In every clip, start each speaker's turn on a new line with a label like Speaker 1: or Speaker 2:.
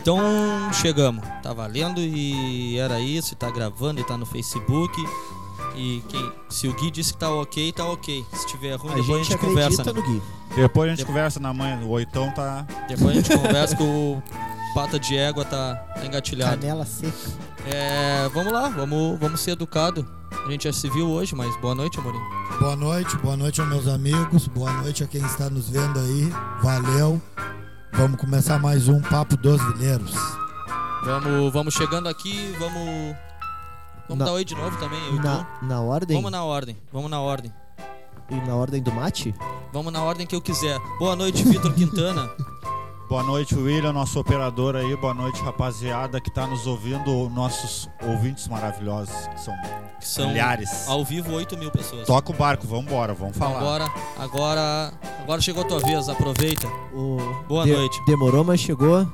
Speaker 1: Então chegamos, tá valendo e era isso, e tá gravando e tá no Facebook. E quem- se o Gui disse que tá ok, tá ok. Se tiver ruim,
Speaker 2: A
Speaker 1: depois
Speaker 2: gente
Speaker 1: a gente conversa.
Speaker 2: acredita
Speaker 1: né?
Speaker 2: no Gui.
Speaker 3: Depois a gente
Speaker 1: Dep-
Speaker 3: conversa na manhã, o oitão tá.
Speaker 1: Depois a gente conversa que o pata de égua tá, tá engatilhado.
Speaker 2: Canela seca.
Speaker 1: É, vamos lá, vamos, vamos ser educado. A gente já se viu hoje, mas boa noite, Amorim.
Speaker 4: Boa noite, boa noite aos meus amigos, boa noite a quem está nos vendo aí. Valeu. Vamos começar mais um Papo dos Vileiros.
Speaker 1: Vamos, vamos chegando aqui, vamos. Vamos
Speaker 2: Na-
Speaker 1: dar oi de novo também, eu e tu.
Speaker 2: Na, na ordem?
Speaker 1: Então, Vamos na ordem, vamos na ordem.
Speaker 2: E na ordem do mate?
Speaker 1: Vamos na ordem que eu quiser. Boa noite, Vitor Quintana.
Speaker 3: Boa noite, William, nosso operador aí. Boa noite, rapaziada, que tá nos ouvindo, nossos ouvintes maravilhosos, que são,
Speaker 1: Que são
Speaker 3: milhares.
Speaker 1: ao vivo 8 mil pessoas.
Speaker 3: Toca o barco, vambora, vamos falar.
Speaker 1: Agora, agora, agora chegou a tua vez, aproveita.
Speaker 2: O
Speaker 1: Boa noite.
Speaker 2: Demorou, mas chegou.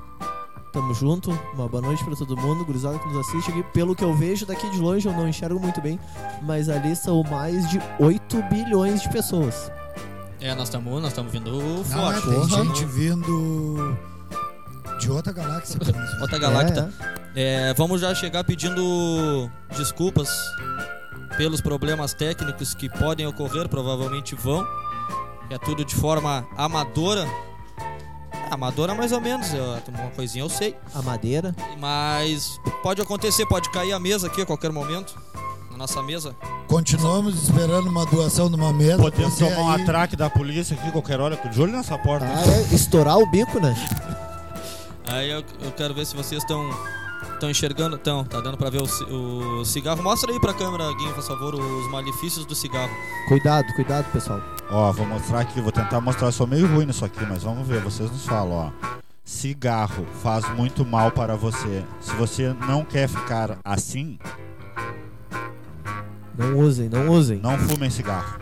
Speaker 2: Tamo junto. Uma boa noite pra todo mundo. Gurizada que nos assiste aqui. Pelo que eu vejo daqui de longe, eu não enxergo muito bem. Mas ali são mais de 8 bilhões de pessoas.
Speaker 1: É, nós estamos nós tamo vindo
Speaker 4: Não, é,
Speaker 1: forte.
Speaker 4: tem
Speaker 1: Porra.
Speaker 4: gente vindo de outra galáxia. pra nos ver.
Speaker 1: Outra galacta. É, vamos já chegar pedindo desculpas pelos problemas técnicos que podem ocorrer, provavelmente vão. É tudo de forma amadora. É, Amadora mais ou menos, eu- uma coisinha eu sei.
Speaker 2: É, a madeira.
Speaker 1: Mas pode acontecer, pode cair a mesa aqui a qualquer momento. Na nossa mesa.
Speaker 4: Continuamos esperando uma doação numa mesa.
Speaker 3: Podemos
Speaker 4: Você
Speaker 3: tomar um
Speaker 4: aí-
Speaker 3: atraque da polícia aqui qualquer hora, de olho nessa porta.
Speaker 2: Ah, é, estourar o bico, né?
Speaker 1: Aí eu, eu quero ver se vocês estão estão enxergando, estão, tá dando pra ver o, ci- o cigarro. Mostra aí pra câmera, Guinho, por favor, os malefícios do cigarro.
Speaker 2: Cuidado, cuidado, pessoal.
Speaker 3: Ó, vou mostrar aqui, vou tentar mostrar, eu sou meio ruim nisso aqui, mas vamos ver, vocês nos falam, ó. Cigarro faz muito mal para você. Se você não quer ficar assim,
Speaker 2: Não usem, não usem.
Speaker 3: não fumem cigarro.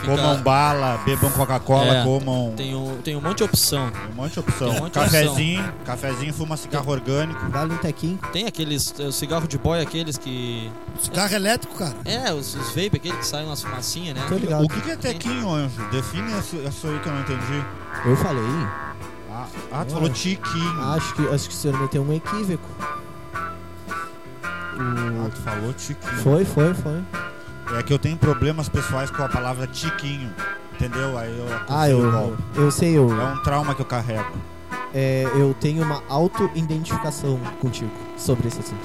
Speaker 1: Fica-
Speaker 3: Comam bala, bebam Coca-Cola,
Speaker 1: É.
Speaker 3: comam
Speaker 1: tem, um, tem um monte de opção.
Speaker 3: tem um monte de opção.
Speaker 1: Tem um monte de
Speaker 3: cafezinho, cafezinho, fuma cigarro orgânico.
Speaker 2: Vale um tequinho.
Speaker 1: Tem aqueles eh, cigarro de boy, aqueles que.
Speaker 4: Cigarro elétrico, cara.
Speaker 1: É, os, os vape, aqueles que saem umas fumacinhas, né?
Speaker 2: Tô ligado.
Speaker 3: O que, que é tequinho, anjo? Define isso isso aí que eu não entendi.
Speaker 2: Eu falei.
Speaker 3: Ah, ah tu falou tiquinho. Ah,
Speaker 2: Acho que, acho que o senhor meteu um equívoco.
Speaker 1: Hum.
Speaker 2: O-
Speaker 3: Ah, tu falou tiquinho.
Speaker 2: Foi, foi, foi.
Speaker 3: É que eu tenho problemas pessoais com a palavra tiquinho. Entendeu? Aí eu.
Speaker 2: Ah, eu,
Speaker 3: eu golpe.
Speaker 2: eu sei, eu,
Speaker 3: É um trauma que eu carrego.
Speaker 2: é, eu tenho uma auto-identificação contigo sobre esse assunto.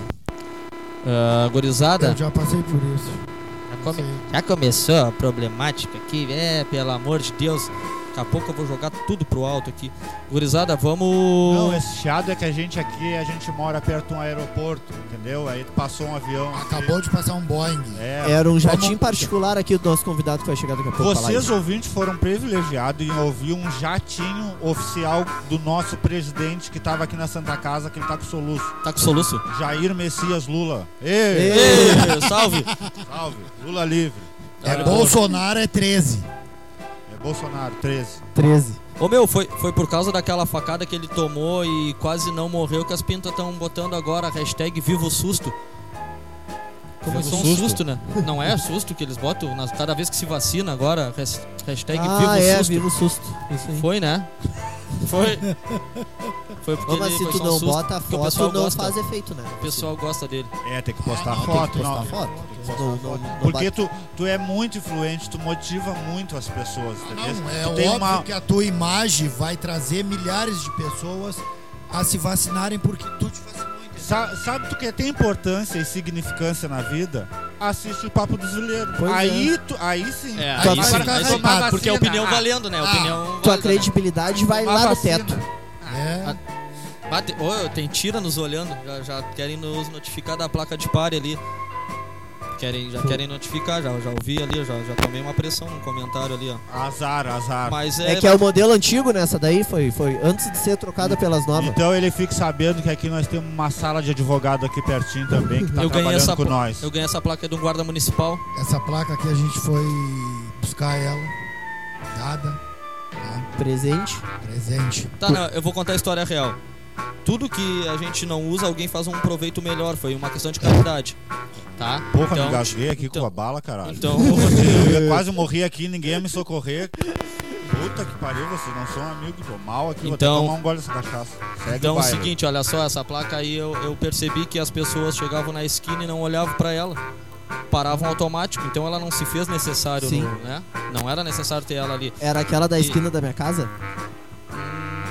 Speaker 1: Ah,
Speaker 4: Eu
Speaker 1: gurizada,
Speaker 4: já passei por isso.
Speaker 1: já, come- já começou a problemática aqui? É, pelo amor de Deus. Daqui a pouco eu vou jogar tudo pro alto aqui. Gurizada, vamos.
Speaker 3: Não, esse chiado é que a gente aqui, a gente mora perto de um aeroporto, entendeu? Aí passou um avião. aqui.
Speaker 4: Acabou de passar um Boeing.
Speaker 3: É,
Speaker 2: Era um
Speaker 3: vamos-
Speaker 2: jatinho particular aqui do nosso convidado que vai chegar daqui a pouco. falar
Speaker 3: Vocês
Speaker 2: isso.
Speaker 3: ouvintes foram privilegiados em ouvir um jatinho oficial do nosso presidente que estava aqui na Santa Casa, que ele tá com soluço.
Speaker 1: Tá com soluço?
Speaker 3: Jair Messias Lula. Ei,
Speaker 1: Ei, salve!
Speaker 3: salve. Lula livre.
Speaker 4: É
Speaker 1: Ah.
Speaker 4: Bolsonaro, é 13.
Speaker 3: É Bolsonaro, 13.
Speaker 2: 13.
Speaker 1: Ô meu, foi, foi por causa daquela facada que ele tomou e quase não morreu que as pintas estão botando agora a hashtag Viva o Susto. Como
Speaker 3: Viva o
Speaker 1: isso é um
Speaker 3: susto?
Speaker 1: susto, né? Não é susto que eles botam nas- cada vez que se vacina agora, has- hashtag Viva
Speaker 2: ah,
Speaker 1: o
Speaker 2: é,
Speaker 1: Susto.
Speaker 2: vivo susto. Isso aí.
Speaker 1: Foi, né? Foi. Foi porque
Speaker 2: Ô, mas
Speaker 1: ele
Speaker 2: se
Speaker 1: foi
Speaker 2: tu
Speaker 1: só um
Speaker 2: não
Speaker 1: susto,
Speaker 2: bota a
Speaker 1: porque o
Speaker 2: foto,
Speaker 1: pessoal
Speaker 2: não
Speaker 1: gosta.
Speaker 2: faz efeito, né?
Speaker 1: O pessoal gosta dele.
Speaker 3: É, tem que postar
Speaker 2: Ah, não, tem
Speaker 3: foto.
Speaker 2: que postar
Speaker 3: não.
Speaker 2: foto.
Speaker 3: Tem que
Speaker 2: Não,
Speaker 3: postar
Speaker 2: não,
Speaker 3: foto.
Speaker 2: não
Speaker 3: Porque
Speaker 2: bate.
Speaker 3: tu, tu é muito influente, tu motiva muito as pessoas, entendeu?
Speaker 4: Não, é
Speaker 3: tu tem
Speaker 4: óbvio
Speaker 3: uma...
Speaker 4: que a tua imagem vai trazer milhares de pessoas a se vacinarem porque tu te vacinou. entendeu?
Speaker 3: Sa- Sabe tu que tem importância e significância na vida? Assiste o Papo dos Vileiros.
Speaker 2: Pois
Speaker 3: Aí, tu, aí sim.
Speaker 1: É,
Speaker 2: aí
Speaker 3: tu
Speaker 2: sim,
Speaker 3: vai
Speaker 4: aí
Speaker 3: tomar
Speaker 4: sim.
Speaker 3: vacina.
Speaker 1: Porque a opinião
Speaker 3: Ah,
Speaker 1: valendo, né? A
Speaker 4: ah,
Speaker 1: opinião
Speaker 2: Tua
Speaker 1: válida, né?
Speaker 2: credibilidade vai
Speaker 3: tomar
Speaker 2: lá no
Speaker 3: vacina.
Speaker 2: teto.
Speaker 4: É.
Speaker 1: Bate... Ô, tem tira nos olhando, já, já querem nos notificar da placa de pare ali. Querem, já querem notificar, já, já ouvi ali, já, já tomei uma pressão num comentário ali, ó.
Speaker 3: Azar, azar.
Speaker 1: Mas é.
Speaker 2: É que é o modelo antigo, né? Essa daí foi, foi antes de ser trocada pelas novas.
Speaker 3: Então ele fica sabendo que aqui nós temos uma sala de advogado aqui pertinho também, que tá
Speaker 1: Eu ganhei
Speaker 3: trabalhando
Speaker 1: essa
Speaker 3: com
Speaker 1: po-
Speaker 3: nós.
Speaker 1: Eu ganhei essa placa de um guarda municipal.
Speaker 4: Essa placa aqui a gente foi buscar ela. Dada. tá?
Speaker 2: Presente.
Speaker 4: Presente.
Speaker 1: Tá, não, eu vou contar a história real. Tudo que a gente não usa, alguém faz um proveito melhor. Foi uma questão de caridade. Tá?
Speaker 3: Porra, me
Speaker 1: então,
Speaker 3: engasguei aqui
Speaker 1: então-
Speaker 3: com a bala, caralho.
Speaker 1: então,
Speaker 3: Eu ia- quase morri aqui, ninguém ia me socorrer. Puta que pariu, vocês não são amigos, tô mal aqui, vou até
Speaker 1: Então-
Speaker 3: tomar um gole dessa cachaça. Segue
Speaker 1: Então
Speaker 3: o
Speaker 1: é o
Speaker 3: baile.
Speaker 1: seguinte, olha só, essa placa aí eu, eu percebi que as pessoas chegavam na esquina e não olhavam pra ela. Paravam automático, então ela não se fez necessário,
Speaker 2: Sim.
Speaker 1: no- né? Não era necessário ter ela ali.
Speaker 2: Era aquela da
Speaker 1: E-
Speaker 2: esquina da minha casa?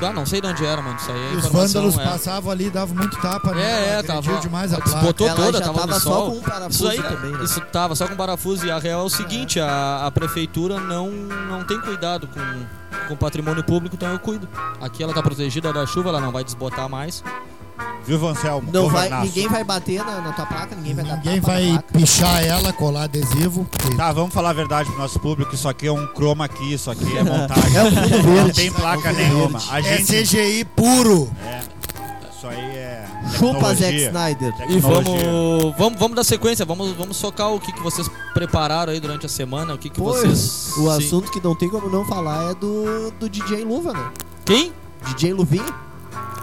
Speaker 1: Ah, não sei de onde era, mano. Isso aí é
Speaker 4: E os
Speaker 1: informação.
Speaker 4: vândalos
Speaker 1: é.
Speaker 4: passavam ali, davam muito tapa. né?
Speaker 1: É, é,
Speaker 4: agrediu
Speaker 1: tava-
Speaker 4: demais a placa.
Speaker 1: Desbotou
Speaker 2: Ela
Speaker 1: toda,
Speaker 2: já
Speaker 1: tava, no
Speaker 2: tava só
Speaker 1: sol.
Speaker 2: com um parafuso
Speaker 1: isso aí, é
Speaker 2: também, né?
Speaker 1: Isso tava só com parafuso. E a real é o seguinte, a, a prefeitura não, não tem cuidado com com o patrimônio público, então eu cuido. Aqui ela tá protegida da chuva, ela não vai desbotar mais.
Speaker 3: Viva Anselmo,
Speaker 1: é
Speaker 2: Não vai,
Speaker 3: governaço.
Speaker 2: ninguém vai bater na, na tua placa, ninguém vai dar
Speaker 4: Ninguém
Speaker 2: tapa na
Speaker 4: vai
Speaker 2: placa.
Speaker 4: pichar ela, colar adesivo. porque
Speaker 3: Tá, vamos falar a verdade pro nosso público, isso aqui é um chroma aqui, isso aqui é montagem. não tem placa
Speaker 4: É
Speaker 3: nenhuma.
Speaker 4: verde.
Speaker 3: A
Speaker 4: É
Speaker 3: gente...
Speaker 4: CGI puro.
Speaker 3: Isso aí é
Speaker 2: Chupa Zack
Speaker 3: tecnologia.
Speaker 2: Snyder.
Speaker 1: E
Speaker 3: Tecnologia. é
Speaker 1: vamos, vamos, vamos dar sequência, vamos, vamos socar o que, que vocês prepararam aí durante a semana, o que, que vocês.
Speaker 2: Pois, o
Speaker 1: se-
Speaker 2: assunto que não tem como não falar é do, do DJ Luva, né?
Speaker 1: Quem?
Speaker 2: DJ Luvinha?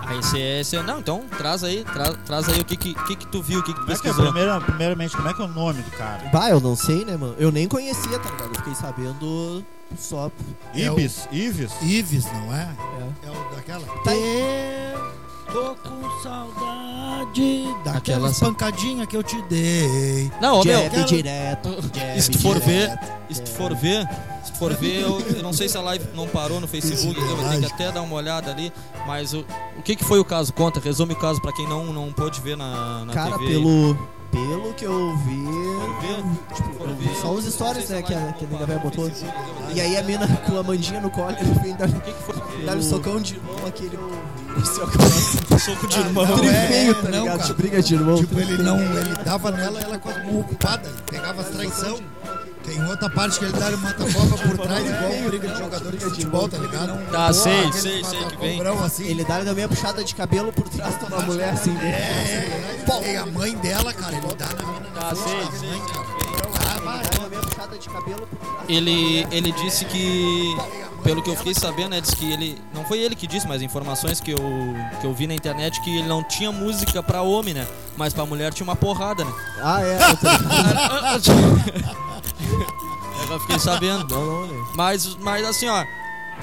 Speaker 1: Aí você. você- Não, então traz aí, tra- traz aí o que, que, que, que tu viu, o que, que tu
Speaker 3: Como é que é,
Speaker 1: pesquisou.
Speaker 3: primeira, primeiramente, como é que é o nome do cara?
Speaker 2: Bah, eu não sei, né, mano? Eu nem conhecia, tá ligado? Eu fiquei sabendo só.
Speaker 4: É o-
Speaker 3: Ibis? Ives?
Speaker 4: Ives, não é?
Speaker 2: É.
Speaker 4: É o daquela?
Speaker 2: Tá
Speaker 4: Tô com saudade daquela
Speaker 1: Aquelas-
Speaker 4: espancadinha que eu te dei.
Speaker 1: Não, ô, meu,
Speaker 2: jab direto. Jab
Speaker 1: se tu for ver,
Speaker 2: direto.
Speaker 1: se tu for ver, se tu for ver, eu, eu não sei se a live não parou no
Speaker 2: é
Speaker 1: Facebook, então eu vou ter que até dar uma olhada ali, mas o, o que, que foi o caso? Conta, resume o caso pra quem não, não pôde ver na, na
Speaker 2: Cara,
Speaker 1: TV. aí.
Speaker 2: pelo. Pelo que eu vi.
Speaker 1: For ver?
Speaker 2: Tipo,
Speaker 1: For
Speaker 2: eu
Speaker 1: ver,
Speaker 2: vi só os
Speaker 1: eu não
Speaker 2: stories,
Speaker 1: sei
Speaker 2: né,
Speaker 1: se
Speaker 2: que a,
Speaker 1: live
Speaker 2: que a
Speaker 1: não
Speaker 2: nega
Speaker 1: parou
Speaker 2: velha
Speaker 1: no
Speaker 2: botou.
Speaker 1: Facebook, eu vou
Speaker 2: E aí a mina com a mandinha no colo, ele vem dar-
Speaker 1: O que, que foi?
Speaker 2: dar-lhe um socão de mão, aquele. Esse é o que eu
Speaker 1: Soco de irmão.
Speaker 4: Não,
Speaker 2: Tri
Speaker 4: é,
Speaker 2: feio, tá
Speaker 4: não,
Speaker 2: ligado?
Speaker 4: cara.
Speaker 2: Briga de irmão.
Speaker 4: Tipo, ele não, ele dava nela, ela quase como ocupada, ele pegava as traição. Tem outra parte que ele dá ele mata cobra por trás, igual um briga de jogador de futebol, tá ligado?
Speaker 1: Tá,
Speaker 4: Porra,
Speaker 1: sei,
Speaker 4: aquele
Speaker 1: sei, sei que vem.
Speaker 4: mata-cobrão Assim,
Speaker 2: Ele dá também a puxada de cabelo por trás de uma mulher assim.
Speaker 4: é, pô, e a mãe dela, cara, ele dá na mina na
Speaker 1: Tá, sei,
Speaker 4: frente,
Speaker 1: sei,
Speaker 4: a mãe, cara. Ah, vai,
Speaker 2: Ele dá também a puxada de cabelo por trás.
Speaker 1: Ele, ele disse que, pelo que eu fiquei sabendo, né, disse que ele. Não foi ele que disse, mas informações que eu, que eu vi na internet que ele não tinha música pra homem, né? Mas pra mulher tinha uma porrada, né?
Speaker 2: Ah, é. eu tô-
Speaker 1: Agora eu fiquei sabendo.
Speaker 2: Não, não, né?
Speaker 1: Mas, mas assim, ó,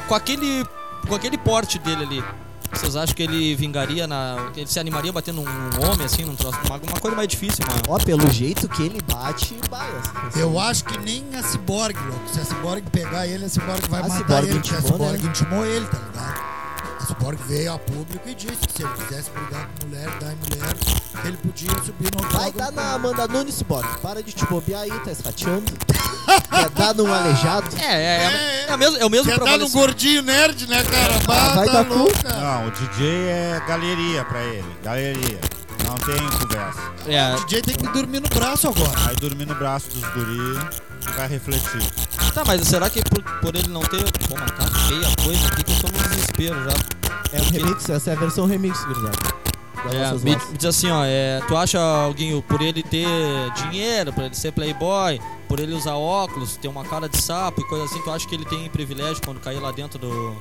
Speaker 1: com aquele, com aquele porte dele ali, vocês acham que ele vingaria na. Ele se animaria batendo um, um homem, assim, num troço, uma, uma coisa mais difícil, mano.
Speaker 2: Ó, pelo jeito que ele bate, vai. assim.
Speaker 4: Eu acho que nem a Cyborg, louco. Se a Cyborg pegar ele, a Cyborg vai
Speaker 2: A
Speaker 4: matar
Speaker 2: Cyborg
Speaker 4: ele. Porque a
Speaker 2: intimou,
Speaker 4: Cyborg
Speaker 2: né?
Speaker 4: intimou ele, tá ligado? A Cyborg veio a público e disse que se ele quisesse brigar com mulher, dar em mulher, ele podia subir no
Speaker 2: Vai
Speaker 1: tá
Speaker 4: octógono.
Speaker 2: dar na Amanda Nunes, bora. Para de te bobear aí, tá esfateando. Quer dar num aleijado?
Speaker 1: É, é, é. É, o mesmo, é o mesmo
Speaker 4: Quer dar no
Speaker 1: prevalecimento.
Speaker 4: tá gordinho nerd, né, cara?
Speaker 2: Ah, vai
Speaker 4: tá
Speaker 2: dar
Speaker 4: louco,
Speaker 2: cu.
Speaker 4: cara.
Speaker 3: Não, o DJ é galeria pra ele. Galeria. Não tem conversa.
Speaker 1: é,
Speaker 4: O DJ tem que dormir no braço agora.
Speaker 3: Vai dormir no braço dos guri e vai refletir.
Speaker 1: É, tá, mas será que por, por ele não ter. Pô, mas tá feia a coisa aqui que eu tô no desespero já.
Speaker 2: É um remix, essa é a versão remix, gurizada. Das
Speaker 1: É,
Speaker 2: nossas
Speaker 1: me,
Speaker 2: vozes.
Speaker 1: me diz assim, ó, é, tu acha alguém por ele ter dinheiro, por ele ser playboy, por ele usar óculos, ter uma cara de sapo e coisa assim, tu acha que ele tem privilégio quando cair lá dentro do,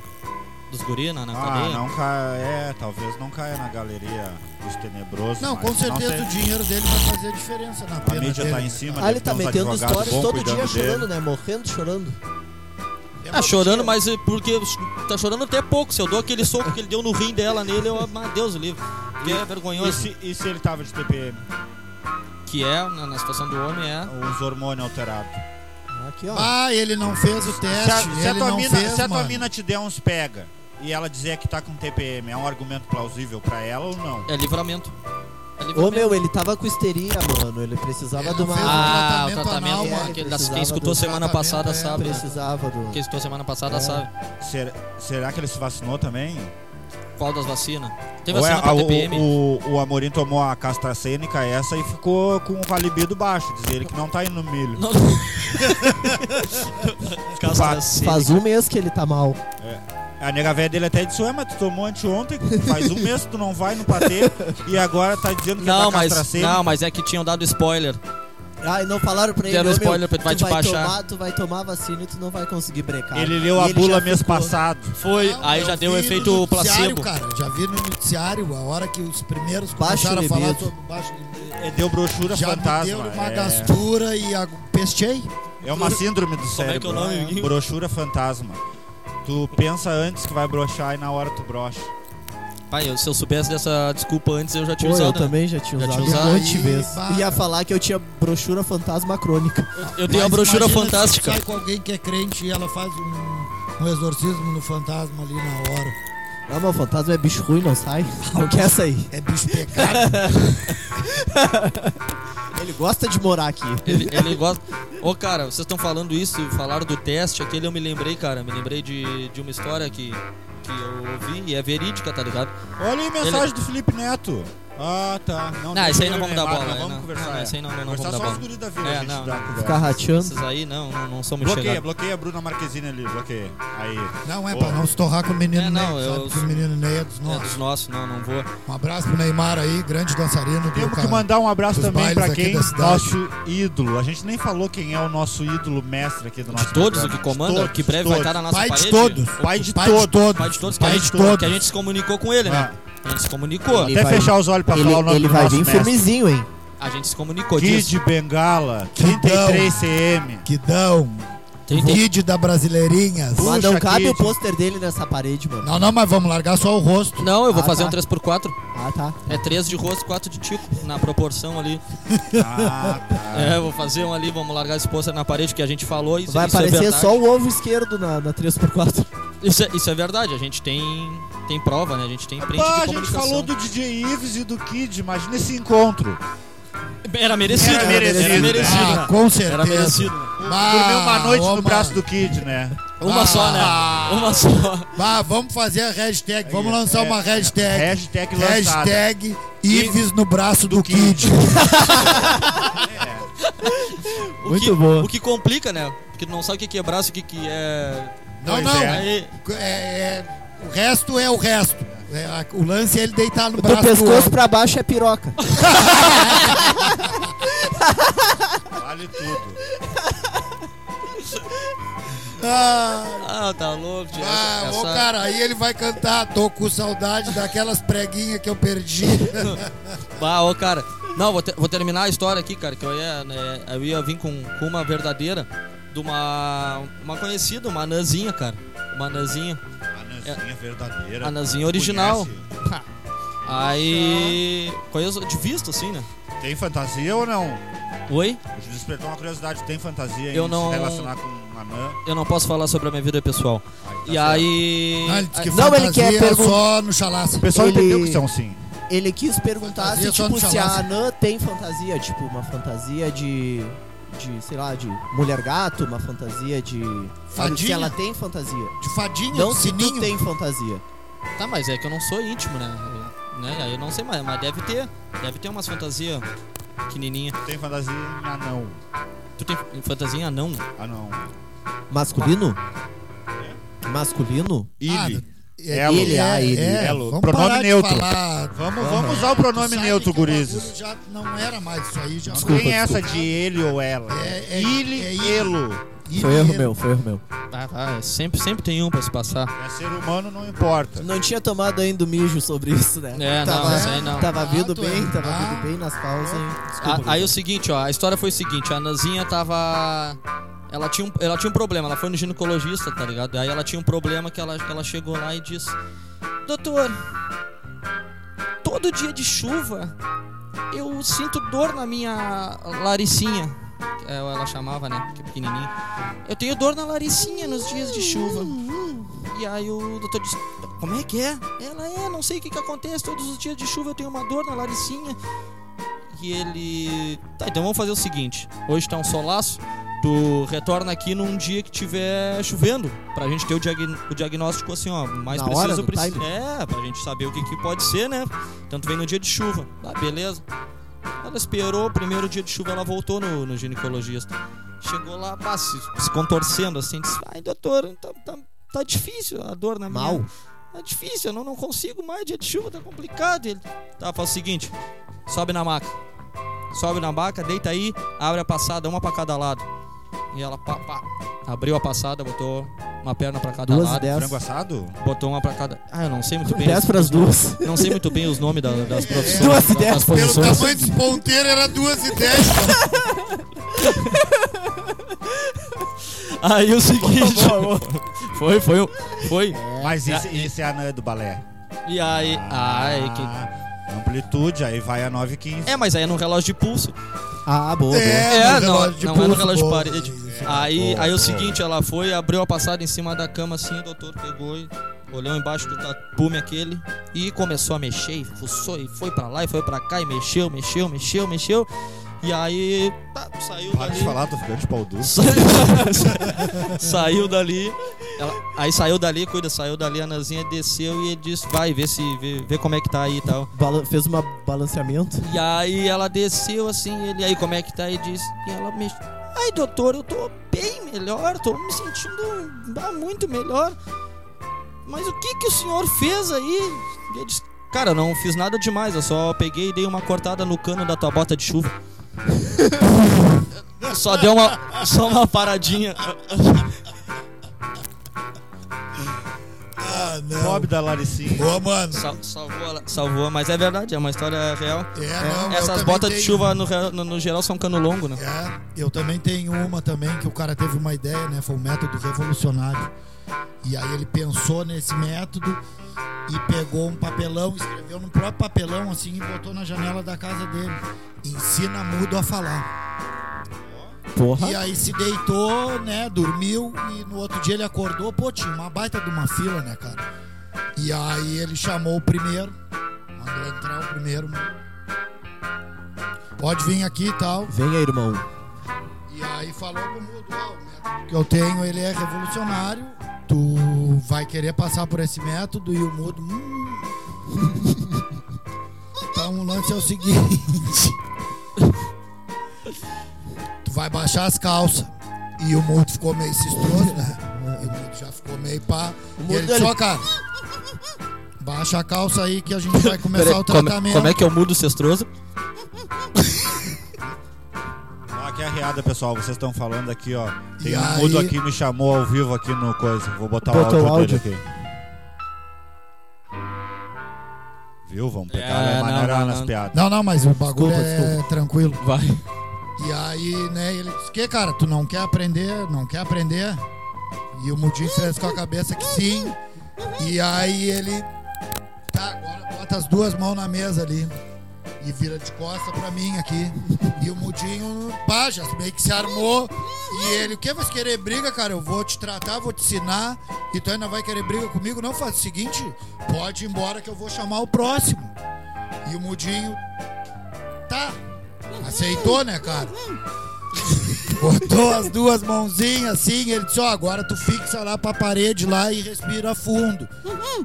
Speaker 1: dos guri na, na
Speaker 3: Ah,
Speaker 1: cadeia? Tá
Speaker 3: não caia. É, talvez não caia na galeria dos tenebrosos.
Speaker 4: Não,
Speaker 3: mas
Speaker 4: com certeza o
Speaker 3: sei.
Speaker 4: dinheiro dele vai fazer diferença na pena
Speaker 3: mídia
Speaker 4: dele,
Speaker 3: tá em
Speaker 4: né,
Speaker 3: cima
Speaker 4: cara?
Speaker 2: Ah, ele tá
Speaker 3: Tem uns
Speaker 2: metendo
Speaker 3: advogados
Speaker 2: stories
Speaker 3: bons
Speaker 2: todo dia
Speaker 3: cuidando dele.
Speaker 2: chorando, né? Morrendo, chorando.
Speaker 4: Tá
Speaker 1: Ah, chorando, mas é porque tá chorando até pouco. Se eu dou aquele soco que ele deu no rim dela nele, eu, ah, Deus o livre. Que é
Speaker 3: E
Speaker 1: vergonhoso.
Speaker 3: se, e se ele tava de TPM?
Speaker 1: Que é, na, na situação do homem, é.
Speaker 3: Os hormônios alterados.
Speaker 2: Aqui, ó.
Speaker 4: Ah, ele não fez o
Speaker 3: Se a,
Speaker 4: teste.
Speaker 3: se a
Speaker 4: É, ele
Speaker 3: tua,
Speaker 4: não
Speaker 3: mina,
Speaker 4: fez,
Speaker 3: se a tua
Speaker 4: mano.
Speaker 3: mina te der uns pega e ela dizer que tá com TPM, é um argumento plausível pra ela ou não?
Speaker 1: É livramento. É
Speaker 2: Ô,
Speaker 1: livramento.
Speaker 2: meu, ele tava com histeria, mano. Ele precisava
Speaker 4: Ele
Speaker 2: de uma.
Speaker 4: fez
Speaker 1: Ah,
Speaker 4: o
Speaker 1: o
Speaker 4: tratamento
Speaker 1: tratamento,
Speaker 4: anal,
Speaker 1: é,
Speaker 4: é,
Speaker 1: aquele das, quem
Speaker 2: precisava
Speaker 1: escutou
Speaker 2: do
Speaker 1: semana passada
Speaker 4: tratamento, é,
Speaker 1: sabe. né?
Speaker 2: Precisava do.
Speaker 1: Quem escutou semana passada
Speaker 2: É.
Speaker 1: sabe.
Speaker 3: Ser- será que ele se vacinou também?
Speaker 1: Qual das vacinas? Teve
Speaker 3: Ou é
Speaker 1: vacina pra
Speaker 3: a- o-
Speaker 1: TPM?
Speaker 3: o, o Amorim tomou a castracênica essa e ficou com o libido baixo. Diz ele que não tá indo no milho.
Speaker 1: Não. Caso
Speaker 3: Fa-
Speaker 1: da C.
Speaker 2: Faz um mês que ele tá mal.
Speaker 3: A nega velha dele até disse, ué, mas tu tomou anteontem, faz um mês que tu não vai no patê e agora tá dizendo que
Speaker 1: Não,
Speaker 3: é da
Speaker 1: mas,
Speaker 3: castracênica.
Speaker 1: não, mas é que tinham dado spoiler.
Speaker 2: Ah, e não falaram pra ele.
Speaker 1: Deram
Speaker 2: ô, meu,
Speaker 1: spoiler pra ele, vai
Speaker 2: tu
Speaker 1: te baixar.
Speaker 2: Tomar, tu vai tomar a vacina e tu não vai conseguir brecar.
Speaker 3: Ele leu
Speaker 2: E
Speaker 3: a
Speaker 2: ele
Speaker 3: bula
Speaker 2: já
Speaker 3: mês
Speaker 2: ficou-
Speaker 3: passado.
Speaker 1: Foi,
Speaker 4: Não,
Speaker 1: aí
Speaker 4: eu
Speaker 1: já deu o
Speaker 4: vi no
Speaker 1: efeito
Speaker 4: noticiário,
Speaker 1: placebo.
Speaker 4: Cara, já vi no noticiário a hora que os primeiros
Speaker 2: Baixo
Speaker 4: começaram a falar
Speaker 2: libido.
Speaker 4: sobre baixo libido.
Speaker 3: É, deu brochura
Speaker 4: Já me deu
Speaker 3: fantasma.
Speaker 4: uma
Speaker 3: É,
Speaker 4: gastura e a... pestei.
Speaker 3: é uma síndrome do
Speaker 1: Como é que
Speaker 3: cérebro.
Speaker 1: é o nome, Guinho?
Speaker 3: Brochura fantasma. Tu pensa antes que vai brochar e na hora tu brocha.
Speaker 1: Pai, eu- se eu soubesse dessa desculpa antes, eu já tinha
Speaker 2: Pô, eu
Speaker 1: usado. né?
Speaker 2: também já tinha
Speaker 1: Já
Speaker 2: usado
Speaker 1: tinha
Speaker 2: um
Speaker 1: usado.
Speaker 2: monte de
Speaker 4: Aí,
Speaker 2: vezes.
Speaker 4: bah.
Speaker 2: Ia falar que eu tinha brochura fantasma crônica.
Speaker 1: Eu tenho uma
Speaker 4: Mas
Speaker 1: brochura
Speaker 4: imagina se
Speaker 1: fantástica.
Speaker 4: Sai com alguém que é crente e ela faz um, um exorcismo no fantasma ali na hora.
Speaker 2: Não, mas o fantasma é bicho ruim, não sai. Não quer sair.
Speaker 4: É bicho pecado.
Speaker 2: Ele gosta de morar aqui.
Speaker 1: Ele, ele gosta. Ô, cara, vocês estão falando isso, falaram do teste, aquele eu me lembrei, cara. Me lembrei de, de uma história que, que eu ouvi e é verídica, tá ligado?
Speaker 3: Olha aí a mensagem do Felipe Neto. Ah, tá. Não,
Speaker 1: Não, isso aí não
Speaker 3: tem
Speaker 1: vamos dar bola,
Speaker 3: problema, Não
Speaker 1: é,
Speaker 3: vamos
Speaker 1: não.
Speaker 3: conversar.
Speaker 1: Não, não,
Speaker 3: é.
Speaker 1: isso aí não- não
Speaker 3: conversar
Speaker 1: vamos
Speaker 3: só
Speaker 1: dar
Speaker 3: os
Speaker 1: bola.
Speaker 3: guris da vila,
Speaker 1: É,
Speaker 3: a gente
Speaker 1: não,
Speaker 3: dá
Speaker 1: não.
Speaker 3: conversa.
Speaker 2: Ficar rateando.
Speaker 1: Esses aí não, não, não somos
Speaker 3: Bloqueia,
Speaker 1: chegados.
Speaker 3: bloqueia a Bruna Marquezine ali, bloqueia. Aí.
Speaker 4: Não é
Speaker 3: Boa.
Speaker 4: pra não se torrar com o menino
Speaker 1: É, não,
Speaker 4: Ney. Sabe
Speaker 1: eu-
Speaker 4: que o menino Ney é dos
Speaker 1: É
Speaker 4: nossos.
Speaker 1: dos nossos, não, não vou.
Speaker 4: Um abraço pro Neymar aí, grande dançarino. do
Speaker 3: Temos que
Speaker 4: cara.
Speaker 3: mandar um abraço
Speaker 4: Dos
Speaker 3: também
Speaker 4: bailes
Speaker 3: pra
Speaker 4: aqui
Speaker 3: quem?
Speaker 4: da cidade.
Speaker 3: Nosso ídolo. A gente nem falou quem é o nosso ídolo mestre aqui do nosso
Speaker 1: De todos o
Speaker 3: programa.
Speaker 1: que comanda,
Speaker 3: De todos,
Speaker 1: que breve
Speaker 3: de
Speaker 1: vai
Speaker 3: todos.
Speaker 1: estar na nossa
Speaker 4: Pai
Speaker 1: parede.
Speaker 4: de todos.
Speaker 3: Pai de
Speaker 4: Pai de
Speaker 3: todos.
Speaker 4: todos.
Speaker 1: Pai de todos, que,
Speaker 4: Pai
Speaker 1: a
Speaker 4: de
Speaker 1: gente,
Speaker 4: todos.
Speaker 1: que a gente se comunicou com ele,
Speaker 3: Ah.
Speaker 1: né? A gente se comunicou.
Speaker 2: Ele
Speaker 3: Até
Speaker 2: vai-
Speaker 3: fechar os olhos pra
Speaker 2: Ele,
Speaker 3: falar o nome
Speaker 2: ele
Speaker 3: do
Speaker 2: vai
Speaker 3: nosso
Speaker 2: vir
Speaker 3: mestre.
Speaker 2: firmezinho, hein?
Speaker 1: A gente se comunicou disso.
Speaker 3: Kid Bengala, 33 CM.
Speaker 4: Que dão.
Speaker 1: Trinta e-
Speaker 4: Kid da Brasileirinhas.
Speaker 3: Puxa,
Speaker 2: Mas não cabe
Speaker 3: Kid.
Speaker 2: o pôster dele nessa parede, mano.
Speaker 4: Não, não, mas vamos largar só o rosto.
Speaker 1: Não, eu vou
Speaker 2: Ah,
Speaker 1: fazer
Speaker 2: tá.
Speaker 1: um 3x4.
Speaker 2: Ah, tá.
Speaker 1: É 3 de rosto, 4 de tico, na proporção ali.
Speaker 3: Ah, tá.
Speaker 1: É, vou fazer um ali, vamos largar esse pôster na parede que a gente falou. Isso,
Speaker 2: Vai
Speaker 1: isso é
Speaker 2: aparecer
Speaker 1: verdade.
Speaker 2: só o ovo esquerdo na, na 3x4.
Speaker 1: Isso é, isso é verdade, a gente tem, tem prova, né? A gente tem print
Speaker 3: Pá,
Speaker 1: de
Speaker 3: Ah, a gente
Speaker 1: comunicação.
Speaker 3: falou do DJ Ives e do Kid, imagina esse encontro.
Speaker 1: Era merecido. né?
Speaker 3: Era merecido,
Speaker 1: Era merecido.
Speaker 4: Ah, com certeza.
Speaker 1: Era merecido.
Speaker 4: Bah,
Speaker 3: Dormiu uma noite
Speaker 4: ô,
Speaker 3: no braço
Speaker 4: mano.
Speaker 3: do Kid, né?
Speaker 1: Uma
Speaker 4: Ah.
Speaker 1: só, né? Uma só.
Speaker 4: Bah, vamos fazer a hashtag. Vamos
Speaker 3: É,
Speaker 4: lançar
Speaker 3: é,
Speaker 4: uma hashtag.
Speaker 3: Hashtag lançada.
Speaker 4: Hashtag Ives no braço do, Kid.
Speaker 1: O
Speaker 2: Muito
Speaker 1: que,
Speaker 2: boa.
Speaker 1: O que complica, né? Porque tu não sabe o que que é braço, o que, que é.
Speaker 4: Não,
Speaker 3: Pois
Speaker 4: não.
Speaker 3: é.
Speaker 1: Aí,
Speaker 4: É, é, o resto é o resto. É, a- o lance é ele deitar no
Speaker 2: Do
Speaker 4: braço
Speaker 2: pescoço
Speaker 4: outro.
Speaker 2: pra baixo é piroca.
Speaker 3: Vale tudo.
Speaker 4: Ah,
Speaker 1: ah, tá louco, tio.
Speaker 4: ah,
Speaker 1: Essa-
Speaker 4: ô, cara, aí ele vai cantar. Tô com saudade daquelas preguinhas que eu perdi.
Speaker 1: Bah, ô, cara. Não, vou, te- vou terminar a história aqui, cara, que eu ia, né, eu ia vir com, com uma verdadeira de uma, uma conhecida, uma anãzinha, cara. Uma anãzinha.
Speaker 3: A Nanzinha verdadeira.
Speaker 1: A Nanzinha original.
Speaker 3: Conhece?
Speaker 1: Aí. Conheço de vista, assim, né?
Speaker 3: Tem fantasia ou não?
Speaker 1: Oi?
Speaker 3: Isso Despertou uma curiosidade. Tem fantasia
Speaker 1: Eu
Speaker 3: em
Speaker 1: não-
Speaker 3: se relacionar com uma Nan?
Speaker 1: Eu não posso falar sobre a minha vida pessoal.
Speaker 3: Ai, tá
Speaker 1: E
Speaker 3: certo.
Speaker 1: aí.
Speaker 4: Não, ele disse que
Speaker 2: Não, ele
Speaker 4: fantasia
Speaker 2: quer pergun-
Speaker 4: só no chalaça.
Speaker 3: O pessoal
Speaker 2: Ele-
Speaker 3: entendeu que isso é um sim.
Speaker 2: Ele quis perguntar
Speaker 4: Fantasia
Speaker 2: se,
Speaker 4: só
Speaker 2: tipo,
Speaker 4: no
Speaker 2: se a
Speaker 4: chalaço.
Speaker 2: Anã tem fantasia, tipo, uma fantasia de. de, sei lá, de mulher gato, uma fantasia de. Sabe, se
Speaker 4: Fadinha?
Speaker 2: ela tem fantasia.
Speaker 4: De fadinha,
Speaker 2: Não
Speaker 4: de
Speaker 2: se
Speaker 4: sininho.
Speaker 2: tu tem fantasia.
Speaker 1: Tá, mas é que eu não sou íntimo, né? Eu, né? Aí eu não sei mais, mas deve ter. Deve ter umas fantasias pequenininha.
Speaker 3: Tem fantasia em anão.
Speaker 1: Tu tem fantasia não?
Speaker 3: Anão.
Speaker 2: Masculino? Masculino?
Speaker 3: Ele.
Speaker 4: é,
Speaker 3: Elo.
Speaker 2: Ele, ah, ele.
Speaker 3: Elo.
Speaker 4: Vamos
Speaker 3: Pronome
Speaker 4: parar de
Speaker 3: neutro.
Speaker 4: falar.
Speaker 3: Vamos, vamos usar o
Speaker 4: Tu
Speaker 3: pronome
Speaker 4: sabe
Speaker 3: neutro,
Speaker 4: que é o
Speaker 3: gurizes.
Speaker 4: bagulho Já não era mais isso aí. Já
Speaker 3: Não
Speaker 2: Desculpa,
Speaker 3: tem essa
Speaker 2: desculpa.
Speaker 3: de ele ou ela.
Speaker 4: É, é-
Speaker 3: ele,
Speaker 4: é ele.
Speaker 3: elo.
Speaker 2: Foi erro meu, foi erro meu.
Speaker 1: Ah, ah, sempre, sempre tem um pra se passar.
Speaker 3: É ser humano, não importa.
Speaker 2: Tu não tinha tomado ainda o mijo sobre isso, né?
Speaker 1: É, não,
Speaker 2: tava,
Speaker 1: isso aí não.
Speaker 2: Tava vindo
Speaker 4: Ah, tu
Speaker 2: bem,
Speaker 4: é-
Speaker 2: tava
Speaker 4: Ah.
Speaker 2: vindo bem nas pausas, hein?
Speaker 1: A- aí o seguinte, ó, a história foi o seguinte, a Anazinha tava. Ela tinha, um, ela tinha um problema, ela foi no ginecologista, tá ligado? Aí ela tinha um problema que ela, que ela chegou lá e disse: Doutor, todo dia de chuva eu sinto dor na minha laricinha. É, Ela chamava, né? Que é pequenininha. Eu tenho dor na laricinha nos dias de chuva. E aí o doutor disse: Como é que é? Ela é, não sei o que, que acontece. Todos os dias de chuva eu tenho uma dor na laricinha. E ele. Tá, então vamos fazer o seguinte: hoje tá um solaço. Tu retorna aqui num dia que tiver chovendo. Pra gente ter o, diagn- o diagnóstico assim, ó. Mais
Speaker 2: Na hora,
Speaker 1: preciso.
Speaker 2: no
Speaker 1: preci-
Speaker 2: time?
Speaker 1: É, pra gente saber o que, que pode ser, né? Então tu vem no dia de chuva. Ah, beleza. Ela esperou, primeiro dia de chuva ela voltou no, no ginecologista. Chegou lá, pá, se, se contorcendo assim, disse: Ai, doutor, tá, tá, tá difícil a dor na minha.
Speaker 2: Mal.
Speaker 1: Tá difícil, eu não, não consigo mais, dia de chuva tá complicado. Ele, tá, faz o seguinte: sobe na maca. Sobe na maca, deita aí, abre a passada, uma pra cada lado. E ela, pá, pá, abriu a passada, botou uma perna pra cada
Speaker 4: Tá
Speaker 2: Duas e
Speaker 1: lado,
Speaker 2: dez.
Speaker 3: Frango assado?
Speaker 1: botou uma pra cada. Ah, eu não sei muito bem.
Speaker 2: Dez pras duas.
Speaker 1: Não sei muito bem os nomes da- das profissões.
Speaker 2: Duas e dez.
Speaker 1: das
Speaker 4: Pelo
Speaker 1: posições.
Speaker 4: tamanho dos ponteiros era duas e dez.
Speaker 1: Aí o seguinte. Foi, foi, um- foi.
Speaker 3: Mas esse, esse é a Nan do balé.
Speaker 1: E aí. Ai, que.
Speaker 3: Ah, Amplitude, aí vai a 9,15.
Speaker 1: É, mas aí é num relógio de pulso.
Speaker 2: Ah, boa. boa.
Speaker 1: É,
Speaker 4: mas
Speaker 1: não,
Speaker 4: relógio de
Speaker 1: não é
Speaker 4: pulso,
Speaker 1: no relógio de
Speaker 4: boa.
Speaker 1: parede.
Speaker 4: Isso.
Speaker 1: Aí,
Speaker 3: Boa,
Speaker 1: aí é o
Speaker 3: boa.
Speaker 1: seguinte, ela foi, abriu a passada em cima da cama assim, o doutor pegou e olhou embaixo do tapume aquele e começou a mexer, e fuçou e foi pra lá e foi pra cá e mexeu, mexeu, mexeu, mexeu. E aí, tá, saiu
Speaker 3: Para
Speaker 1: dali.
Speaker 3: de falar, tô ficando de pau duro.
Speaker 1: Saiu- saiu dali. ela- aí saiu dali, cuida, saiu dali, a Nazinha desceu e disse, vai, vê se vê, vê como é que tá aí e tal.
Speaker 2: Bala- fez um balanceamento.
Speaker 1: E aí ela desceu assim, ele aí como é que tá? E disse, e ela mexe. Ai, doutor, eu tô bem melhor, tô me sentindo ah, muito melhor. Mas o que que o senhor fez aí? E ele disse, cara, eu não fiz nada demais, eu só peguei e dei uma cortada no cano da tua bota de chuva. só deu uma. Só uma paradinha.
Speaker 4: Ah, não.
Speaker 3: Bob da Laricinha.
Speaker 4: Boa, mano.
Speaker 1: Sal- salvou, ela- salvou, mas é verdade, é uma história real.
Speaker 4: É, não, eu
Speaker 1: Essas
Speaker 4: também
Speaker 1: botas de
Speaker 4: tenho.
Speaker 1: chuva no, re- no- no geral são cano longo, né?
Speaker 4: É, eu também tenho uma também que o cara teve uma ideia, né? Foi um método revolucionário. E aí ele pensou nesse método e pegou um papelão, escreveu no próprio papelão assim e botou na janela da casa dele. Ensina mudo a falar.
Speaker 2: Porra.
Speaker 4: E aí se deitou, né? Dormiu e no outro dia ele acordou, pô, tinha uma baita de uma fila, né, cara? E aí ele chamou o primeiro, mandou entrar o primeiro. Pode vir aqui e tal.
Speaker 2: Venha, irmão.
Speaker 4: E aí falou pro mudo, ó, o método que eu tenho, ele é revolucionário, tu vai querer passar por esse método e o mudo. Hum. Então o lance é o seguinte. tu vai baixar as calças. E o mudo ficou meio cistroso, né? E o mudo já ficou meio pá.
Speaker 2: mudo,
Speaker 4: E ele
Speaker 2: ele-
Speaker 4: disse, ó, cara, baixa a calça aí que a gente vai começar o
Speaker 1: como,
Speaker 4: tratamento.
Speaker 1: como é que eu mudo o cestroso?
Speaker 3: Ah, Aqui é a reada, pessoal. Vocês estão falando aqui, ó. Tem
Speaker 4: E
Speaker 3: um
Speaker 4: aí?
Speaker 3: mudo aqui, me chamou ao vivo aqui no coisa. Vou botar o
Speaker 2: Botou
Speaker 3: áudio,
Speaker 2: o áudio.
Speaker 3: dele aqui. Viu? Vamos pegar
Speaker 1: É,
Speaker 3: a maneira
Speaker 1: não, não,
Speaker 3: nas
Speaker 1: não.
Speaker 3: piadas.
Speaker 4: Não, não, mas o bagulho
Speaker 2: Desculpa,
Speaker 4: é tranquilo.
Speaker 1: Vai.
Speaker 4: E aí, né, ele disse, que cara, tu não quer aprender, não quer aprender? E o Mudinho fez com a cabeça que sim. E aí ele, tá, agora bota as duas mãos na mesa ali. E vira de costa pra mim aqui. E o Mudinho, pá, já meio que se armou. E ele, o que vai querer briga, cara? Eu vou te tratar, vou te ensinar. E tu ainda vai querer briga comigo? Não, faz o seguinte, pode ir embora que eu vou chamar o próximo. E o Mudinho, tá, aceitou, né, cara? Botou as duas mãozinhas assim, ele disse, ó, agora tu fixa lá pra parede lá e respira fundo.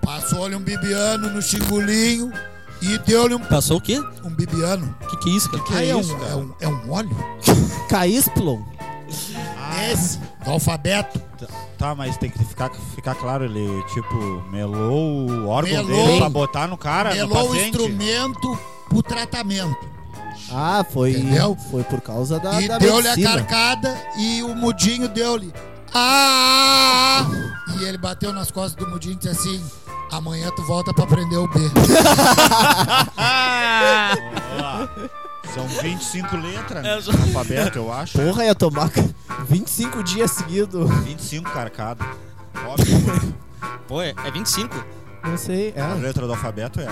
Speaker 4: Passou-lhe um bibiano no chingulinho e deu-lhe um,
Speaker 1: Passou o quê?
Speaker 4: um bibiano.
Speaker 1: Que que é isso, cara?
Speaker 4: ah, é,
Speaker 3: isso,
Speaker 4: um,
Speaker 3: cara?
Speaker 4: é, um, é um óleo?
Speaker 2: Caísplon.
Speaker 3: É
Speaker 4: Esse, do alfabeto.
Speaker 3: Tá, mas tem que ficar, ficar claro, ele, tipo, melou o órgão
Speaker 4: Melou.
Speaker 3: dele pra botar no cara, no
Speaker 4: Melou o
Speaker 3: É, paciente.
Speaker 4: instrumento pro tratamento.
Speaker 2: Ah, foi.
Speaker 4: Entendeu?
Speaker 2: Foi por causa da.
Speaker 4: e
Speaker 2: da
Speaker 4: deu-lhe a
Speaker 2: medicina.
Speaker 4: carcada e o mudinho deu-lhe. Ah! E ele bateu nas costas do mudinho e disse assim: amanhã tu volta pra aprender o B.
Speaker 1: Ah!
Speaker 3: Ó, São 25 letras
Speaker 1: É,
Speaker 3: né?
Speaker 1: só-
Speaker 3: no alfabeto, eu acho.
Speaker 2: Porra, ia tomar 25 dias seguidos.
Speaker 3: 25 carcado. Óbvio, mano.
Speaker 1: Pô, é, é 25.
Speaker 2: Não sei,
Speaker 3: a
Speaker 2: é.
Speaker 3: letra do alfabeto é.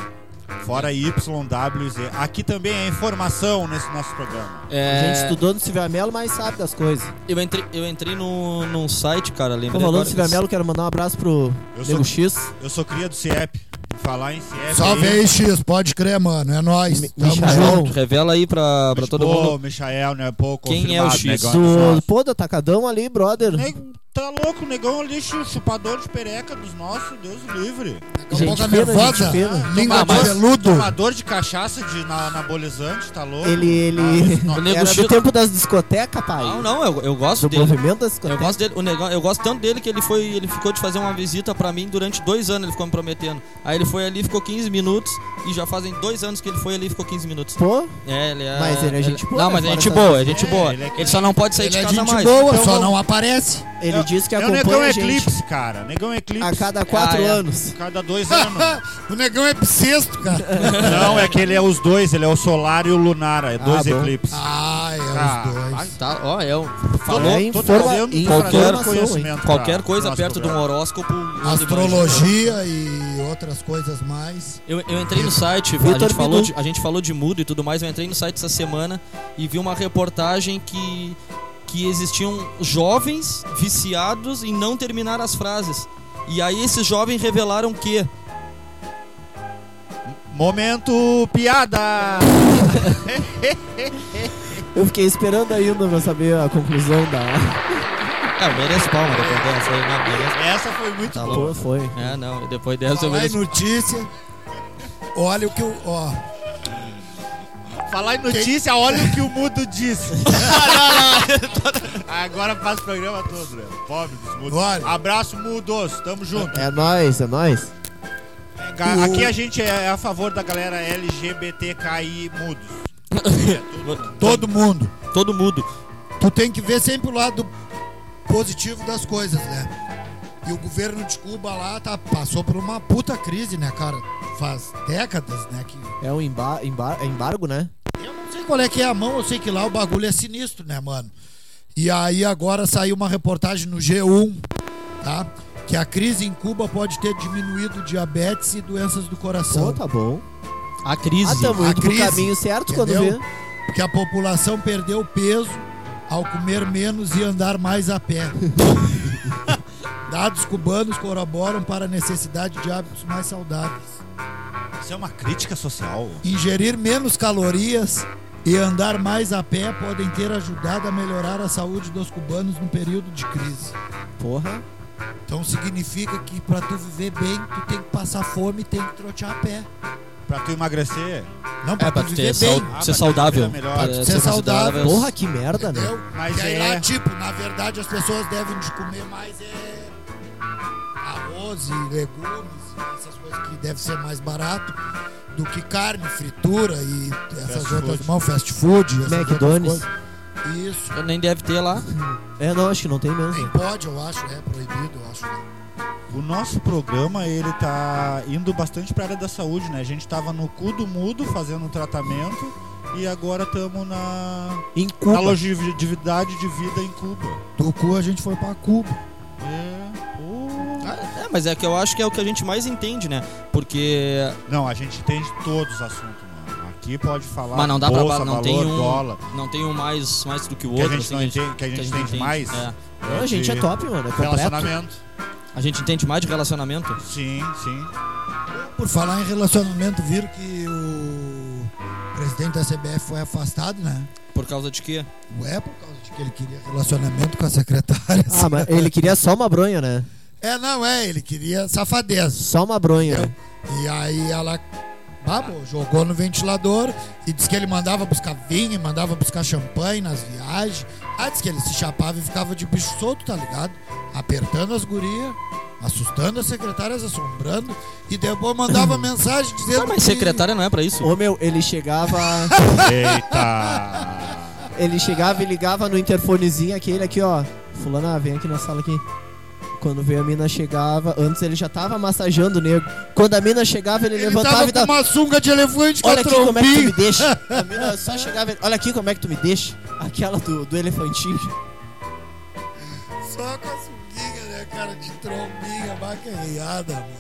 Speaker 3: Fora Y, W e Z. Aqui também é informação nesse nosso programa.
Speaker 2: A gente
Speaker 1: É,
Speaker 2: estudou no Silvia Mello, mas sabe das coisas.
Speaker 1: eu entrei, eu entrei no, num site, cara, lembrei
Speaker 2: Tô falando
Speaker 1: agora
Speaker 2: do Silvia
Speaker 1: desse-
Speaker 2: Mello, quero mandar um abraço pro
Speaker 3: Eu
Speaker 2: Nego
Speaker 3: sou-
Speaker 2: X.
Speaker 3: Eu sou cria do CIEP. Falar em CIEP.
Speaker 4: Salve aí, X, pode crer, mano. É nóis.
Speaker 2: Me-
Speaker 4: Tamo
Speaker 2: Michael.
Speaker 4: junto.
Speaker 1: João, Revela aí pra, pra todo
Speaker 3: Pô,
Speaker 1: mundo.
Speaker 3: Michael, né? Pô,
Speaker 1: Quem é o
Speaker 3: confirmado,
Speaker 1: X?
Speaker 3: negão,
Speaker 2: Do,
Speaker 3: negócio.
Speaker 2: pô, do Atacadão ali, brother.
Speaker 3: Ah, Nego, tá louco, o negão ali, chu- chupador de pereca dos nossos, Deus livre.
Speaker 4: Daqui a pouco a
Speaker 2: Gente fina,
Speaker 4: nervosa.
Speaker 2: gente fina.
Speaker 4: Língua de
Speaker 3: Tomador-
Speaker 4: veludo.
Speaker 3: Tomador de cachaça de na- anabolizante, tá louco?
Speaker 2: Ele, ele.
Speaker 3: Ah, isso não-
Speaker 1: O nego
Speaker 2: Era
Speaker 1: X-
Speaker 2: do tempo das discotecas, pai.
Speaker 1: Não, não, eu, eu gosto
Speaker 2: Do
Speaker 1: dele.
Speaker 2: movimento das
Speaker 1: Eu
Speaker 2: discotecas.
Speaker 1: gosto dele, o negócio, eu gosto tanto dele que ele foi, ele ficou de fazer uma visita pra mim durante dois anos, ele ficou me prometendo. Aí ele foi ali, ficou 15 minutos, e já fazem dois anos que ele foi ali e ficou 15 minutos.
Speaker 2: Pô,
Speaker 1: É, ele é.
Speaker 2: Mas ele é gente boa,
Speaker 1: Não,
Speaker 2: né?
Speaker 1: mas é
Speaker 2: Fora
Speaker 1: gente
Speaker 2: essas-
Speaker 1: boa, é gente
Speaker 3: É,
Speaker 1: boa.
Speaker 3: ele
Speaker 1: Ele,
Speaker 3: é que-
Speaker 1: só não pode sair
Speaker 4: Ele
Speaker 1: de
Speaker 4: é
Speaker 1: casa
Speaker 4: gente
Speaker 1: mais.
Speaker 4: boa,
Speaker 2: Então
Speaker 4: só
Speaker 2: vamos-
Speaker 4: não aparece.
Speaker 2: Ele
Speaker 3: É-
Speaker 2: diz que
Speaker 3: É o Negão
Speaker 2: acompanha a gente
Speaker 3: Eclipse, cara. Negão Eclipse.
Speaker 2: a cada quatro
Speaker 1: Ah, é.
Speaker 2: anos.
Speaker 3: cada dois
Speaker 2: um
Speaker 3: anos.
Speaker 4: o negão é bissexto, cara.
Speaker 3: Não, é que ele é os dois, ele é o solar e o lunar, é dois
Speaker 2: bom.
Speaker 3: eclipses.
Speaker 4: Ah, é
Speaker 3: Ah,
Speaker 4: os dois.
Speaker 1: Ah, tá. Ó, é um.
Speaker 2: É,
Speaker 1: Falou.
Speaker 2: hein?
Speaker 3: Tô
Speaker 2: Informa-
Speaker 3: trazendo- tô
Speaker 2: informação,
Speaker 3: trazendo
Speaker 2: hein?
Speaker 3: conhecimento
Speaker 1: Qualquer
Speaker 3: pra-
Speaker 1: coisa
Speaker 3: nosso
Speaker 1: perto de um
Speaker 3: Tá, programa.
Speaker 1: horóscopo.
Speaker 4: Astrologia e outras coisas mais.
Speaker 1: Eu, eu entrei no site, a
Speaker 2: Vitor
Speaker 1: gente, falou
Speaker 2: Bidu.
Speaker 1: de, a gente falou de mudo e tudo mais, eu entrei no site essa semana e vi uma reportagem que, que existiam jovens viciados em não terminar as frases. E aí esses jovens revelaram que
Speaker 3: Momento piada!
Speaker 2: Eu fiquei esperando ainda pra saber a conclusão da.
Speaker 1: Ah, eu mereço palma depois dessa aí, não, mereço.
Speaker 3: Essa foi muito
Speaker 1: Tá
Speaker 3: boa.
Speaker 2: Pô, foi.
Speaker 1: É, não, depois dessa eu
Speaker 4: Falar em
Speaker 1: mereço.
Speaker 4: notícia. Olha o que eu. Ó.
Speaker 3: Falar em notícia, olha o que o mudo disse. Agora passa o programa todo, né? Pobre dos mudos.
Speaker 4: Olha.
Speaker 3: Abraço, mudos. Tamo junto.
Speaker 2: É nóis, é nóis.
Speaker 3: Ga- Aqui a gente é a favor da galera LGBTKI mudos.
Speaker 4: Todo mundo.
Speaker 1: Todo mundo.
Speaker 4: Tu tem que ver sempre o lado positivo das coisas, né? E o governo de Cuba lá tá, passou por uma puta crise, né, cara? Faz décadas, né? Que
Speaker 2: É um emba embar é embargo, né?
Speaker 4: Eu não sei qual é que é a mão, eu sei que lá o bagulho é sinistro, né, mano? E aí agora saiu uma reportagem no G1, tá? Que a crise em Cuba pode ter diminuído diabetes e doenças do
Speaker 2: Pô,
Speaker 4: coração.
Speaker 2: tá bom.
Speaker 1: A
Speaker 2: Ah,
Speaker 1: crise.
Speaker 2: tamo
Speaker 4: A
Speaker 2: indo pro
Speaker 4: crise,
Speaker 2: caminho certo quando
Speaker 4: entendeu?
Speaker 2: vê.
Speaker 4: Porque a população perdeu peso ao comer menos e andar mais a pé. Dados cubanos corroboram para a necessidade de hábitos mais saudáveis.
Speaker 3: Isso é uma crítica social.
Speaker 4: Ingerir menos calorias e andar mais a pé podem ter ajudado a melhorar a saúde dos cubanos no período de crise.
Speaker 2: Porra.
Speaker 4: Então significa que para tu viver bem, tu tem que passar fome e tem que trotear a pé.
Speaker 3: Pra tu emagrecer.
Speaker 4: Não
Speaker 1: É,
Speaker 4: para
Speaker 1: pra
Speaker 4: tu
Speaker 1: tu
Speaker 4: viver
Speaker 1: ter
Speaker 4: bem.
Speaker 1: sau-
Speaker 3: Ah,
Speaker 1: ser
Speaker 3: pra
Speaker 1: saudável.
Speaker 3: ter vida melhor.
Speaker 1: Pra
Speaker 4: Ser saudável.
Speaker 2: Porra, que merda, né?
Speaker 4: Entendeu?
Speaker 3: Mas
Speaker 4: e aí
Speaker 3: é-
Speaker 4: lá, tipo, na verdade as pessoas devem de comer mais é, arroz e legumes, essas coisas que devem ser mais barato do que carne, fritura e essas
Speaker 3: Fast
Speaker 4: outras
Speaker 3: food.
Speaker 4: mãos, fast food, essas outras
Speaker 2: McDonald's.
Speaker 4: coisas. Isso.
Speaker 1: Nem deve ter lá.
Speaker 2: É, não, acho que não tem
Speaker 4: Nem
Speaker 2: mesmo.
Speaker 4: pode, eu acho, é proibido, eu acho. né?
Speaker 3: O nosso programa, ele tá indo bastante pra área da saúde, né? A gente tava no cu do mudo fazendo um tratamento e agora estamos na,
Speaker 2: Em
Speaker 3: na
Speaker 2: Cuba.
Speaker 3: longevidade de vida em Cuba.
Speaker 4: Do cu a gente foi pra Cuba.
Speaker 3: É. pô.
Speaker 1: É, mas é que eu acho que é o que a gente mais entende, né? Porque
Speaker 3: Não, a gente entende todos os assuntos, mano. Aqui pode falar
Speaker 1: Mas não dá pra
Speaker 3: bolsa,
Speaker 1: ba- não
Speaker 3: valor,
Speaker 1: tem um-
Speaker 3: dólar.
Speaker 1: não tem um mais, mais do que o
Speaker 3: Que a
Speaker 1: outro.
Speaker 3: gente
Speaker 1: assim,
Speaker 3: não entende, que a gente entende mais.
Speaker 1: É.
Speaker 2: Não, a gente é
Speaker 3: de
Speaker 2: top, mano. É completo.
Speaker 3: Relacionamento.
Speaker 1: A gente entende mais de relacionamento?
Speaker 3: Sim, sim.
Speaker 4: Por falar em relacionamento, viram que o presidente da CBF foi afastado, né?
Speaker 1: Por causa de quê?
Speaker 4: Ué, por causa de que ele queria relacionamento com a secretária.
Speaker 2: Ah, mas ele queria só uma bronha, né?
Speaker 4: É, não, é, ele queria safadeza.
Speaker 2: Só uma bronha. né?
Speaker 4: E aí ela babo, jogou no ventilador e disse que ele mandava buscar vinho, mandava buscar champanhe nas viagens. Ah, disse que ele se chapava e ficava de bicho solto, tá ligado? Apertando as gurias, assustando as secretárias, assombrando. E depois mandava mensagem dizendo
Speaker 1: Ah, mas
Speaker 4: que...
Speaker 1: secretária não é pra isso?
Speaker 2: Ô, meu, ele chegava...
Speaker 3: Eita!
Speaker 2: Ele chegava e ligava no interfonezinho aquele aqui, ó. Fulana, vem aqui na sala aqui. Quando veio a mina chegava, antes ele já tava massageando o nego. Quando a mina chegava, ele,
Speaker 4: Ele
Speaker 2: levantava
Speaker 4: tava
Speaker 2: e
Speaker 4: com
Speaker 2: dava.
Speaker 4: uma sunga de elefante com
Speaker 2: Olha
Speaker 4: a
Speaker 2: aqui como é que tu me
Speaker 4: trombinha.
Speaker 2: deixa. A mina só chegava e. Olha aqui como é que tu me deixa. Aquela do, do elefantinho.
Speaker 4: Só com a sunguinha, né, cara, de trombinha, macarreada, mano.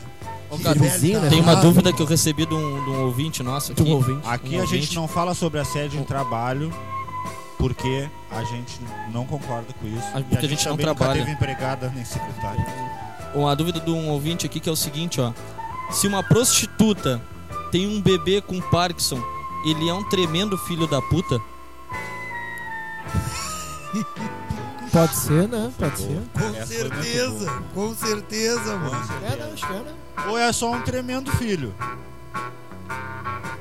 Speaker 1: Ô,
Speaker 4: Que
Speaker 1: cara,
Speaker 2: vizinho, né?
Speaker 4: velho
Speaker 1: Tem uma
Speaker 4: tarado,
Speaker 1: dúvida
Speaker 4: mano.
Speaker 1: que eu recebi de um, de um ouvinte nosso aqui.
Speaker 2: Tu ouvinte.
Speaker 3: Aqui
Speaker 1: Um
Speaker 3: a gente
Speaker 1: ouvinte.
Speaker 3: não fala sobre assédio em trabalho porque a gente não concorda com isso.
Speaker 1: Ah,
Speaker 3: E
Speaker 1: porque a gente não
Speaker 3: também
Speaker 1: trabalha.
Speaker 3: Nunca teve empregada nem secretária.
Speaker 1: Uma dúvida de um ouvinte aqui que é o seguinte, ó. Se uma prostituta tem um bebê com Parkinson, ele é um tremendo filho da puta?
Speaker 2: Pode ser, né? Pode ser.
Speaker 4: Com
Speaker 3: Essa é foi muito
Speaker 4: certeza, com certeza, mano.
Speaker 2: É, não, acho que é, né?
Speaker 3: Ou é só um tremendo filho?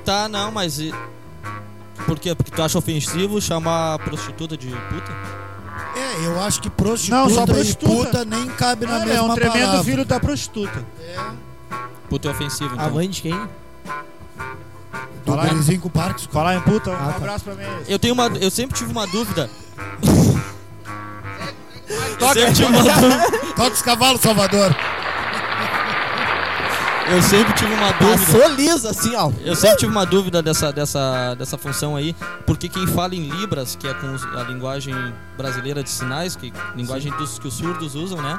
Speaker 1: Tá, não, mas. e- Por quê? Porque tu acha ofensivo chamar a prostituta de puta?
Speaker 4: É, eu acho que prostituta,
Speaker 3: Não, só
Speaker 4: e
Speaker 3: prostituta.
Speaker 4: puta nem cabe na
Speaker 3: Cara,
Speaker 4: mesma
Speaker 3: é um tremendo
Speaker 4: palavra.
Speaker 3: filho da prostituta.
Speaker 1: Puta é ofensivo, então.
Speaker 2: A mãe de quem?
Speaker 4: Do
Speaker 3: Falar-
Speaker 4: gurizinho com o Parks.
Speaker 3: Falar em puta, um
Speaker 2: Ah, tá.
Speaker 3: abraço pra mim.
Speaker 1: Eu tenho uma. Eu sempre tive uma dúvida.
Speaker 4: Toca,
Speaker 1: Sempre te mandou-
Speaker 4: toca os cavalos, Salvador.
Speaker 1: eu sempre tive uma dúvida.
Speaker 2: Passou liso, assim, ó.
Speaker 1: Eu sempre tive uma dúvida dessa, dessa, dessa função aí, porque quem fala em Libras, que é com os- a linguagem brasileira de sinais, que linguagem dos, que os surdos usam, né?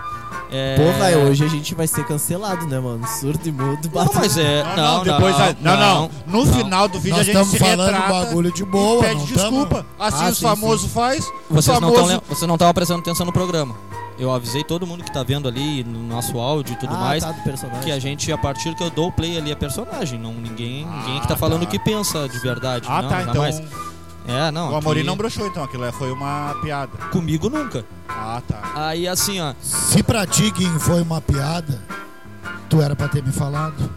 Speaker 1: É...
Speaker 2: Porra, hoje a gente vai ser cancelado, né, mano? Surdo e mudo.
Speaker 1: Não,
Speaker 2: bate-
Speaker 1: mas é. Não, não, não,
Speaker 3: depois a- não, não. No
Speaker 1: não.
Speaker 3: final do vídeo
Speaker 4: Nós
Speaker 3: a gente
Speaker 4: estamos
Speaker 3: se
Speaker 4: falando um
Speaker 3: retrata
Speaker 4: bagulho de
Speaker 3: e
Speaker 4: boa,
Speaker 3: pede
Speaker 4: não
Speaker 3: desculpa. Assim
Speaker 2: Ah,
Speaker 3: os
Speaker 2: sim,
Speaker 3: famosos faz, os
Speaker 1: Vocês não,
Speaker 3: famosos
Speaker 1: tão, le- vocês não estavam prestando atenção no programa. Eu avisei todo mundo que tá vendo ali no nosso áudio e tudo
Speaker 2: ah,
Speaker 1: mais.
Speaker 2: Tá, do personagem.
Speaker 1: Que a gente, a partir que eu dou o play ali, é personagem. Não, ninguém, ninguém que tá
Speaker 3: Ah,
Speaker 1: falando o
Speaker 3: tá.
Speaker 1: que pensa de verdade.
Speaker 3: Ah,
Speaker 1: não,
Speaker 3: tá, então
Speaker 1: jamais. É, não.
Speaker 3: o Amorim
Speaker 1: aqui
Speaker 3: não broxou, então. Aquilo é- foi uma piada.
Speaker 1: Comigo nunca.
Speaker 3: Ah, tá.
Speaker 1: Aí assim, ó.
Speaker 4: Se pra ti, Guinho, foi uma piada, tu era pra ter me falado.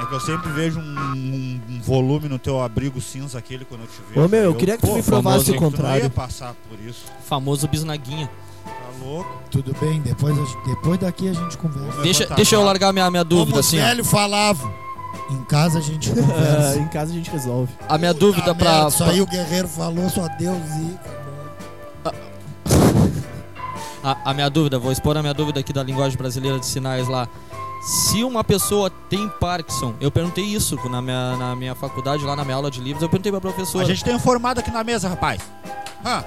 Speaker 3: É que eu sempre vejo um, um- um volume no teu abrigo cinza aquele quando eu te vejo.
Speaker 2: Ô, meu, eu queria que tu me provasse
Speaker 1: famoso,
Speaker 2: o
Speaker 1: hein?
Speaker 3: tu não ia
Speaker 2: contrário.
Speaker 3: passar por isso.
Speaker 1: Famoso bisnaguinha.
Speaker 3: Tá louco?
Speaker 4: Tudo bem, depois, a gente- depois daqui a gente conversa.
Speaker 3: Meu
Speaker 1: Deixa,
Speaker 3: contato.
Speaker 1: deixa eu largar minha, minha
Speaker 4: Como
Speaker 1: dúvida,
Speaker 4: os
Speaker 1: assim, ó.
Speaker 4: velhos falavam, em casa a gente
Speaker 2: Ah,
Speaker 4: conversa.
Speaker 2: em casa a gente resolve.
Speaker 1: A minha É dúvida
Speaker 4: Puta
Speaker 1: pra.
Speaker 4: merda, Isso aí o guerreiro falou, só Deus e...
Speaker 1: A, a minha dúvida, vou expor a minha dúvida aqui da linguagem brasileira de sinais lá. Se uma pessoa tem Parkinson, eu perguntei isso na minha, na minha faculdade, lá na minha aula de livros, eu perguntei pra
Speaker 3: A
Speaker 1: professora.
Speaker 3: gente tem um formado aqui na mesa, rapaz. Hã?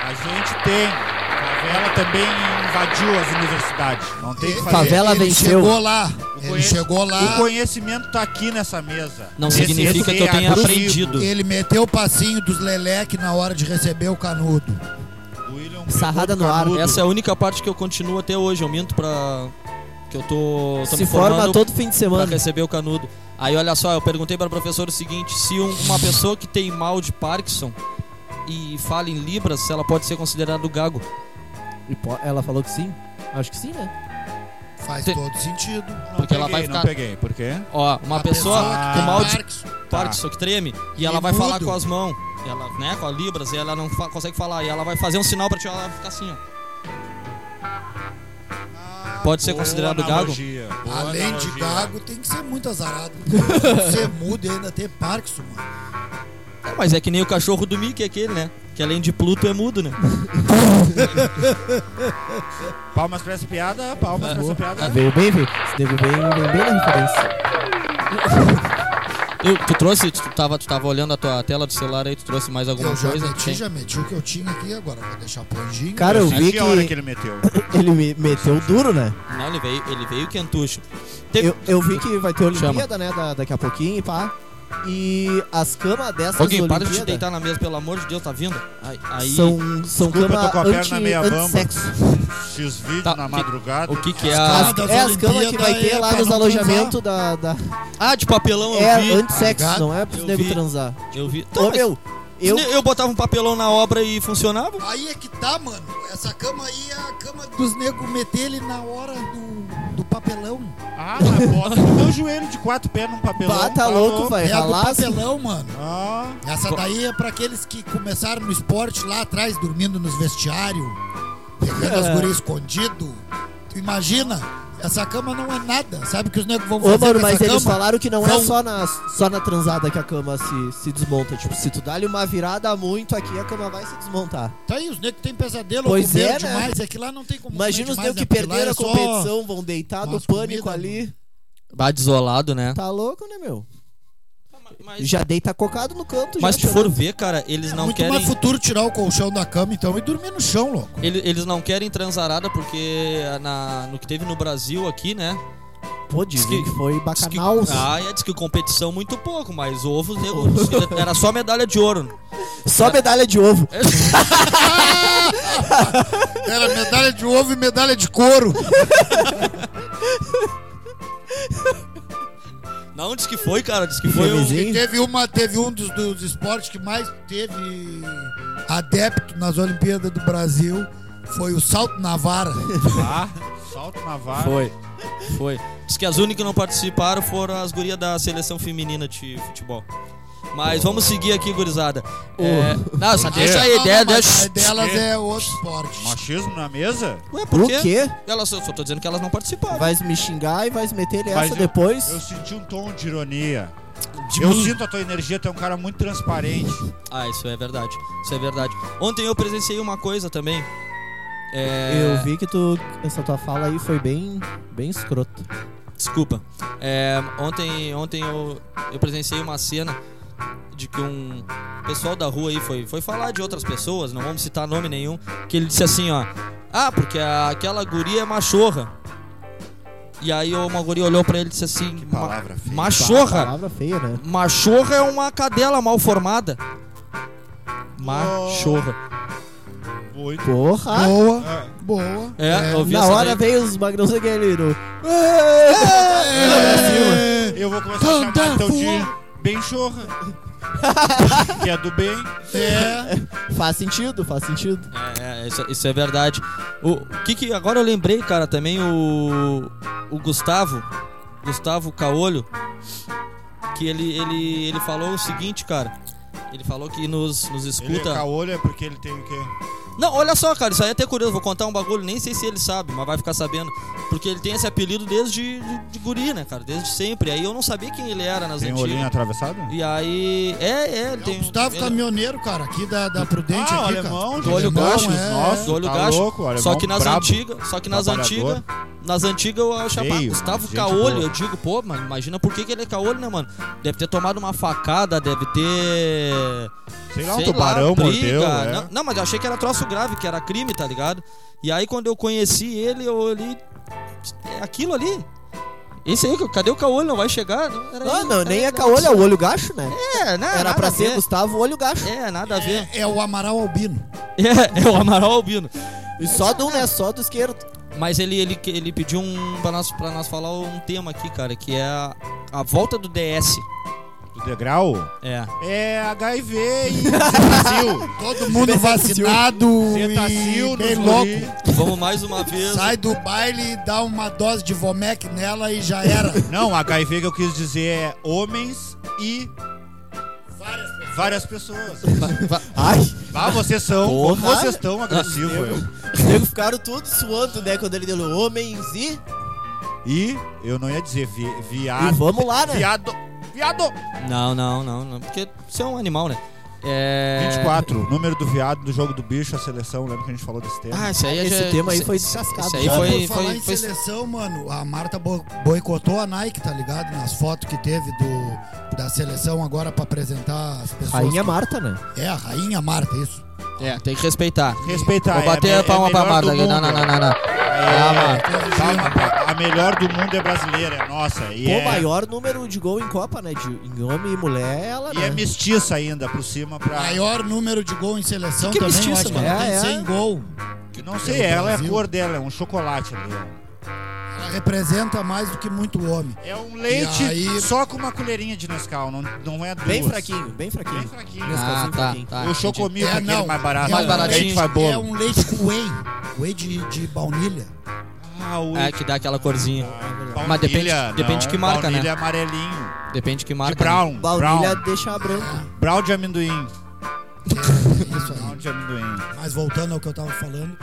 Speaker 3: A gente tem. A favela também invadiu as universidades. Não tem o que fazer.
Speaker 2: Favela
Speaker 4: ele
Speaker 2: venceu.
Speaker 4: chegou lá. Ele
Speaker 3: conheço-
Speaker 4: chegou
Speaker 3: O
Speaker 4: lá,
Speaker 3: conhecimento tá aqui nessa mesa.
Speaker 1: Não significa que eu tenha
Speaker 3: artigo
Speaker 1: aprendido.
Speaker 4: ele meteu o passinho dos leleque na hora de receber o canudo.
Speaker 3: do William
Speaker 2: Sarrada
Speaker 3: Preto
Speaker 2: no ar.
Speaker 3: Canudo.
Speaker 1: Essa é a única parte que eu continuo até hoje. Eu minto pra. que eu tô. tô
Speaker 2: Se
Speaker 1: me
Speaker 2: forma
Speaker 1: formando
Speaker 2: todo fim de
Speaker 1: pra
Speaker 2: semana.
Speaker 1: receber o canudo. Aí olha só, eu perguntei para o professor o seguinte: se um- uma pessoa que tem mal de Parkinson e fala em Libras, se ela pode ser considerada gago.
Speaker 2: E po- Ela falou que sim? Acho que sim, né?
Speaker 4: Faz
Speaker 1: Te-
Speaker 4: todo sentido.
Speaker 3: Não
Speaker 1: porque ela
Speaker 3: peguei,
Speaker 1: vai
Speaker 3: Não
Speaker 1: ficar-
Speaker 3: peguei, por quê?
Speaker 1: Ó, uma
Speaker 4: A
Speaker 1: pessoa
Speaker 4: que
Speaker 1: com
Speaker 4: tem
Speaker 1: mal de
Speaker 4: Parkinson,
Speaker 1: Parkinson que treme e ela
Speaker 4: E
Speaker 1: vai falar
Speaker 4: mudo.
Speaker 1: com as mãos, ela, né, com a Libras, e ela não fa- consegue falar, e ela vai fazer um sinal pra ti, ela vai ficar assim, ó. Pode ser
Speaker 3: Boa
Speaker 1: considerado gago?
Speaker 3: analogia, boa
Speaker 4: Além de
Speaker 3: analogia.
Speaker 4: gago, tem que ser muito azarado. ser mudo e ainda ter Parkinson, mano.
Speaker 1: É, mas é que nem o cachorro do Mickey aquele, né? Que além de Pluto é mudo, né?
Speaker 3: Palmas pra essa piada, palmas pra essa
Speaker 1: Ah,
Speaker 3: piada. né?
Speaker 2: Veio bem, veio. Se veio bem, veio bem na referência.
Speaker 1: Tu, tu trouxe, tu tava, tu tava olhando a tua tela do celular aí, tu trouxe mais alguma
Speaker 4: Eu já
Speaker 1: coisa?
Speaker 4: meti,
Speaker 1: Tem.
Speaker 4: já meti o que eu tinha aqui, agora vou deixar pro Anjinho.
Speaker 2: Cara, eu
Speaker 3: Aqui
Speaker 2: vi
Speaker 3: a hora que
Speaker 2: que
Speaker 3: ele meteu.
Speaker 2: ele me meteu duro, né?
Speaker 1: Não, ele veio, ele veio quentucho. Teve-
Speaker 2: Eu, eu vi que vai ter
Speaker 1: Chama.
Speaker 2: Olimpíada, né? da- daqui a pouquinho, e pá. E as camas dessas
Speaker 1: Ô, Gui, para de te
Speaker 2: Olimpíadas
Speaker 1: deitar na mesa, pelo amor de Deus, tá vindo? Aí, aí-
Speaker 2: são, são
Speaker 3: Desculpa, eu tô com a
Speaker 2: camas
Speaker 3: perna
Speaker 2: anti,
Speaker 3: meia bamba.
Speaker 2: anti-sexo.
Speaker 3: X vídeo
Speaker 1: Tá,
Speaker 3: na
Speaker 1: que-
Speaker 3: madrugada.
Speaker 1: o que que é
Speaker 4: As
Speaker 1: a...
Speaker 4: casas- das
Speaker 2: é as camas que
Speaker 4: Olimpíadas
Speaker 2: vai ter
Speaker 4: é
Speaker 2: lá
Speaker 4: pra
Speaker 2: nos
Speaker 4: não
Speaker 2: alojamentos da, da.
Speaker 1: Ah, de papelão eu
Speaker 2: É
Speaker 1: vi.
Speaker 2: anti-sexo,
Speaker 4: Tá ligado?
Speaker 2: não é pros
Speaker 1: Eu
Speaker 2: nego
Speaker 1: vi.
Speaker 2: transar.
Speaker 1: Eu vi. Tá,
Speaker 2: Ô
Speaker 1: mas
Speaker 2: meu, eu.
Speaker 1: eu... botava um papelão na obra e funcionava?
Speaker 4: Aí é que tá, mano. Essa cama aí é a cama dos negros meter ele na hora do, do papelão.
Speaker 3: Ah, na bota do meu joelho de quatro pés num papelão.
Speaker 2: Bah, tá louco, vai
Speaker 4: É a do
Speaker 2: ralar.
Speaker 4: papelão, mano.
Speaker 3: Ah,
Speaker 4: Essa daí é pra aqueles que começaram no esporte lá atrás, dormindo nos vestiários, pegando
Speaker 2: É.
Speaker 4: as gurias escondido. Tu imagina, essa cama não é nada. Sabe o que os negros vão fazer
Speaker 2: Ô, mano,
Speaker 4: com
Speaker 2: mas
Speaker 4: essa
Speaker 2: eles
Speaker 4: cama?
Speaker 2: falaram que não é
Speaker 4: Vão-
Speaker 2: só na, só na transada que a cama se, se desmonta. Tipo, se tu dá-lhe uma virada muito aqui, a cama vai se desmontar.
Speaker 4: Tá aí, os negros têm pesadelo,
Speaker 2: Pois
Speaker 4: ou comeram
Speaker 2: é, né?
Speaker 4: demais. É que lá não tem como
Speaker 2: Imagina os
Speaker 4: comer
Speaker 2: negros que
Speaker 4: demais, né? Porque lá
Speaker 2: perderam
Speaker 4: é
Speaker 2: a
Speaker 4: só-
Speaker 2: competição, vão deitar no
Speaker 4: umas
Speaker 2: pânico
Speaker 4: comidas,
Speaker 2: ali.
Speaker 1: Bah, desolado, né?
Speaker 2: Tá louco, né, meu?
Speaker 1: Mas,
Speaker 2: Já deita cocado no canto.
Speaker 1: mas
Speaker 2: já,
Speaker 1: se tu
Speaker 2: chorando.
Speaker 1: for ver, cara, eles
Speaker 4: É
Speaker 1: não
Speaker 4: muito
Speaker 1: querem...
Speaker 4: mais futuro tirar o colchão da cama, então, e dormir no chão, louco.
Speaker 1: Ele- Eles não querem transarada porque na- no que teve no Brasil aqui, né?
Speaker 2: Pô, dizem
Speaker 1: Diz que-
Speaker 2: que foi
Speaker 4: Tá
Speaker 1: Diz que,
Speaker 2: bacanal.
Speaker 4: né?
Speaker 1: ah, é, diz que competição muito pouco, mas ovos, nego, era só medalha de ouro.
Speaker 2: Só medalha de ovo.
Speaker 4: Era medalha de ovo e medalha de couro.
Speaker 1: Não, diz que foi, cara, diz que foi.
Speaker 2: Camisinha.
Speaker 1: O...
Speaker 4: E teve uma, teve um dos, dos esportes que mais teve adepto nas Olimpíadas do Brasil. Foi o salto na vara.
Speaker 3: tá. Salto na vara.
Speaker 1: Foi. Foi. Diz que as únicas que não participaram foram as gurias da seleção feminina de futebol. Mas vamos seguir aqui, gurizada. É... Não, só deixa aí,
Speaker 4: Não,
Speaker 1: ideia,
Speaker 4: não, mas
Speaker 1: deixa.
Speaker 4: a delas é outro esporte.
Speaker 3: Machismo na mesa?
Speaker 1: Ué, por
Speaker 2: O
Speaker 1: quê?
Speaker 2: quê?
Speaker 1: Elas, eu só tô dizendo que elas não participaram.
Speaker 2: Vai me xingar e vai meter ele
Speaker 3: Mas
Speaker 2: essa
Speaker 3: eu-
Speaker 2: depois.
Speaker 3: Eu senti um tom de ironia.
Speaker 1: De
Speaker 3: eu
Speaker 1: mim.
Speaker 3: sinto a tua energia, tu é um cara muito transparente.
Speaker 1: Ah, isso é verdade. Isso é verdade. Ontem eu presenciei uma coisa também. É,
Speaker 2: Eu vi que tu. Essa tua fala aí foi bem. bem escrota.
Speaker 1: Desculpa. É, ontem ontem eu, eu presenciei uma cena de que um pessoal da rua aí foi, foi falar de outras pessoas, não vamos citar nome nenhum, que ele disse assim, ó. Ah, porque a- aquela guria é machorra. E aí uma guria olhou pra ele e disse assim...
Speaker 3: Que
Speaker 1: "Ma-
Speaker 3: palavra feia.
Speaker 1: Machorra?
Speaker 2: Palavra feia, né?
Speaker 1: Machorra é uma cadela mal formada. Machorra.
Speaker 3: Muito.
Speaker 2: Porra!
Speaker 4: Boa,
Speaker 3: Ah,
Speaker 4: boa.
Speaker 1: É, eu vi
Speaker 2: Na
Speaker 1: essa
Speaker 2: hora
Speaker 1: daí.
Speaker 2: veio os magrãos daquele. no-
Speaker 4: É,
Speaker 3: eu vou começar a chamar então
Speaker 4: Pantafua.
Speaker 3: de Benchorra. que é do bem.
Speaker 4: é,
Speaker 2: Faz sentido, faz sentido.
Speaker 1: É, é, isso, isso é verdade. O, o que que agora eu lembrei, cara, também o o Gustavo, Gustavo Caolho, que ele ele ele falou o seguinte, cara. Ele falou que nos, nos
Speaker 3: Ele é
Speaker 1: escuta.
Speaker 3: caolho, é porque ele tem o quê?
Speaker 1: Não, olha só, cara, isso aí é até curioso. Vou contar um bagulho, nem sei se ele sabe, mas vai ficar sabendo. Porque ele tem esse apelido desde de, de guri, né, cara? Desde sempre. Aí eu não sabia quem ele era nas
Speaker 3: Tem um olhinho
Speaker 1: antigas.
Speaker 3: atravessado?
Speaker 1: E aí. É, é, ele
Speaker 4: é o
Speaker 1: tem.
Speaker 4: Gustavo
Speaker 1: ele-
Speaker 4: Caminhoneiro, cara, aqui da, da Prudente.
Speaker 3: Ah, o
Speaker 4: aqui,
Speaker 3: alemão,
Speaker 4: cara.
Speaker 3: gente,
Speaker 1: Do olho
Speaker 4: Alemão,
Speaker 1: gacho,
Speaker 4: é.
Speaker 3: nossa.
Speaker 1: do olho
Speaker 3: Tá
Speaker 1: gacho.
Speaker 3: louco, o
Speaker 1: só
Speaker 3: alemão
Speaker 1: que nas
Speaker 3: brabo,
Speaker 1: antigas, só que nas
Speaker 3: trabalhador.
Speaker 1: antigas, nas antigas eu chamava
Speaker 3: Feio,
Speaker 1: Gustavo
Speaker 3: mas gente
Speaker 1: Caolho,
Speaker 3: boa.
Speaker 1: eu digo, pô, mano, imagina por que, que ele é Caolho, né, mano? Deve ter tomado uma facada, deve ter
Speaker 3: Sei lá, um tubarão
Speaker 1: briga.
Speaker 3: mordeu. é.
Speaker 1: Não, não, mas eu achei que era troço grave, que era crime, tá ligado? E aí quando eu conheci ele, eu olhei é aquilo ali. Esse aí, cadê o Caolho? Não vai chegar? Não, era
Speaker 2: Ah,
Speaker 1: ele,
Speaker 2: não,
Speaker 1: era
Speaker 2: nem
Speaker 1: ele,
Speaker 2: é caolho, é o olho gacho, né?
Speaker 1: É, né?
Speaker 2: Era
Speaker 1: nada
Speaker 2: pra
Speaker 1: a
Speaker 2: ser
Speaker 1: ver.
Speaker 2: Gustavo olho gacho.
Speaker 1: É, nada a ver.
Speaker 4: É o Amaral Albino.
Speaker 1: É, é o Amaral Albino.
Speaker 2: E só do um, né? Só do esquerdo.
Speaker 1: Mas ele, ele, ele pediu um pra nós, pra nós falar um tema aqui, cara, que é a, a volta do DS.
Speaker 3: Do degrau?
Speaker 1: É.
Speaker 3: É HIV e Zetacil.
Speaker 4: Todo mundo vacinado
Speaker 3: Zetacil
Speaker 4: e
Speaker 3: nos guri.
Speaker 4: bem louco.
Speaker 1: Vamos mais uma vez.
Speaker 4: Sai do baile, dá uma dose de Vomec nela e já era.
Speaker 3: Não, HIV que eu quis dizer é homens e várias pessoas.
Speaker 2: Ai,
Speaker 3: Ah, vocês são.
Speaker 2: Porra.
Speaker 3: Como vocês estão agressivos.
Speaker 2: Meu
Speaker 3: eu.
Speaker 2: os nego ficaram todos suando, né? Quando ele deu homens e.
Speaker 3: E eu não ia dizer vi,
Speaker 2: E
Speaker 1: Ah.
Speaker 3: viado.
Speaker 2: vamos lá, né?
Speaker 3: Viado. Viado!
Speaker 1: Não, não, não, não. Porque você é um animal, né? É.
Speaker 3: 24, número do viado do jogo do bicho, a seleção. Lembra que a gente falou desse tema?
Speaker 1: Ah, isso aí
Speaker 2: Esse
Speaker 1: já-
Speaker 2: tema aí
Speaker 1: isso-
Speaker 2: foi descascado.
Speaker 1: Isso aí
Speaker 4: Só
Speaker 1: foi.
Speaker 4: por falar
Speaker 1: foi,
Speaker 4: em
Speaker 1: foi-
Speaker 4: seleção, mano, a Marta bo- boicotou a Nike, tá ligado? Nas fotos que teve do, da seleção agora pra apresentar as pessoas.
Speaker 2: Rainha
Speaker 4: que-
Speaker 2: Marta, né?
Speaker 4: É, a Rainha Marta, isso.
Speaker 1: É, tem que respeitar.
Speaker 3: Respeitar.
Speaker 1: Vou bater
Speaker 3: é,
Speaker 1: a palma
Speaker 3: é
Speaker 1: pra
Speaker 3: melhor
Speaker 1: Marta
Speaker 3: do
Speaker 1: aqui. Não,
Speaker 3: mundo,
Speaker 1: não, não,
Speaker 3: é.
Speaker 1: não, não.
Speaker 3: É,
Speaker 1: mano.
Speaker 3: palma pra- a melhor do mundo é brasileira, é nossa. E,
Speaker 2: Pô,
Speaker 3: é,
Speaker 2: maior número de gol em Copa, né? De, em homem e mulher, ela,
Speaker 3: e é
Speaker 2: né?
Speaker 3: mestiça ainda por cima pra.
Speaker 4: Maior número de gol em seleção
Speaker 1: Que
Speaker 4: também,
Speaker 1: mestiço,
Speaker 4: eu acho que
Speaker 1: mano.
Speaker 4: ela
Speaker 2: É,
Speaker 4: tem
Speaker 2: é.
Speaker 4: 100 gol.
Speaker 3: Não sei, ela é a
Speaker 4: Brasil.
Speaker 3: cor dela, é um chocolate ali. ó.
Speaker 4: Ela representa mais do que muito homem.
Speaker 3: É um leite
Speaker 4: E aí-
Speaker 3: só com uma colheirinha de Nescau, não, não é duas.
Speaker 2: Bem fraquinho, bem fraquinho.
Speaker 3: Bem fraquinho.
Speaker 1: Ah,
Speaker 2: Nescauzinho
Speaker 1: tá,
Speaker 2: fraquinho.
Speaker 1: tá.
Speaker 3: o
Speaker 1: entendi.
Speaker 3: chocomil
Speaker 4: É,
Speaker 3: é, aquele
Speaker 4: não.
Speaker 3: mais barato.
Speaker 4: Mais baratinho.
Speaker 3: Leite faz bolo.
Speaker 4: É um leite com whey. Whey de, de baunilha.
Speaker 3: Ah, o...
Speaker 1: É, que dá aquela corzinha.
Speaker 3: Ah,
Speaker 1: Mas depende-
Speaker 3: baunilha,
Speaker 1: depende
Speaker 3: não,
Speaker 1: que marca,
Speaker 3: baunilha
Speaker 1: né?
Speaker 3: é amarelinho.
Speaker 1: Depende que
Speaker 3: De
Speaker 1: marca. né?
Speaker 3: brown.
Speaker 2: Baunilha
Speaker 3: Brown.
Speaker 2: deixa branco.
Speaker 3: Brown de amendoim.
Speaker 4: É, isso aí.
Speaker 3: Brown de amendoim.
Speaker 4: Mas voltando ao que eu tava falando,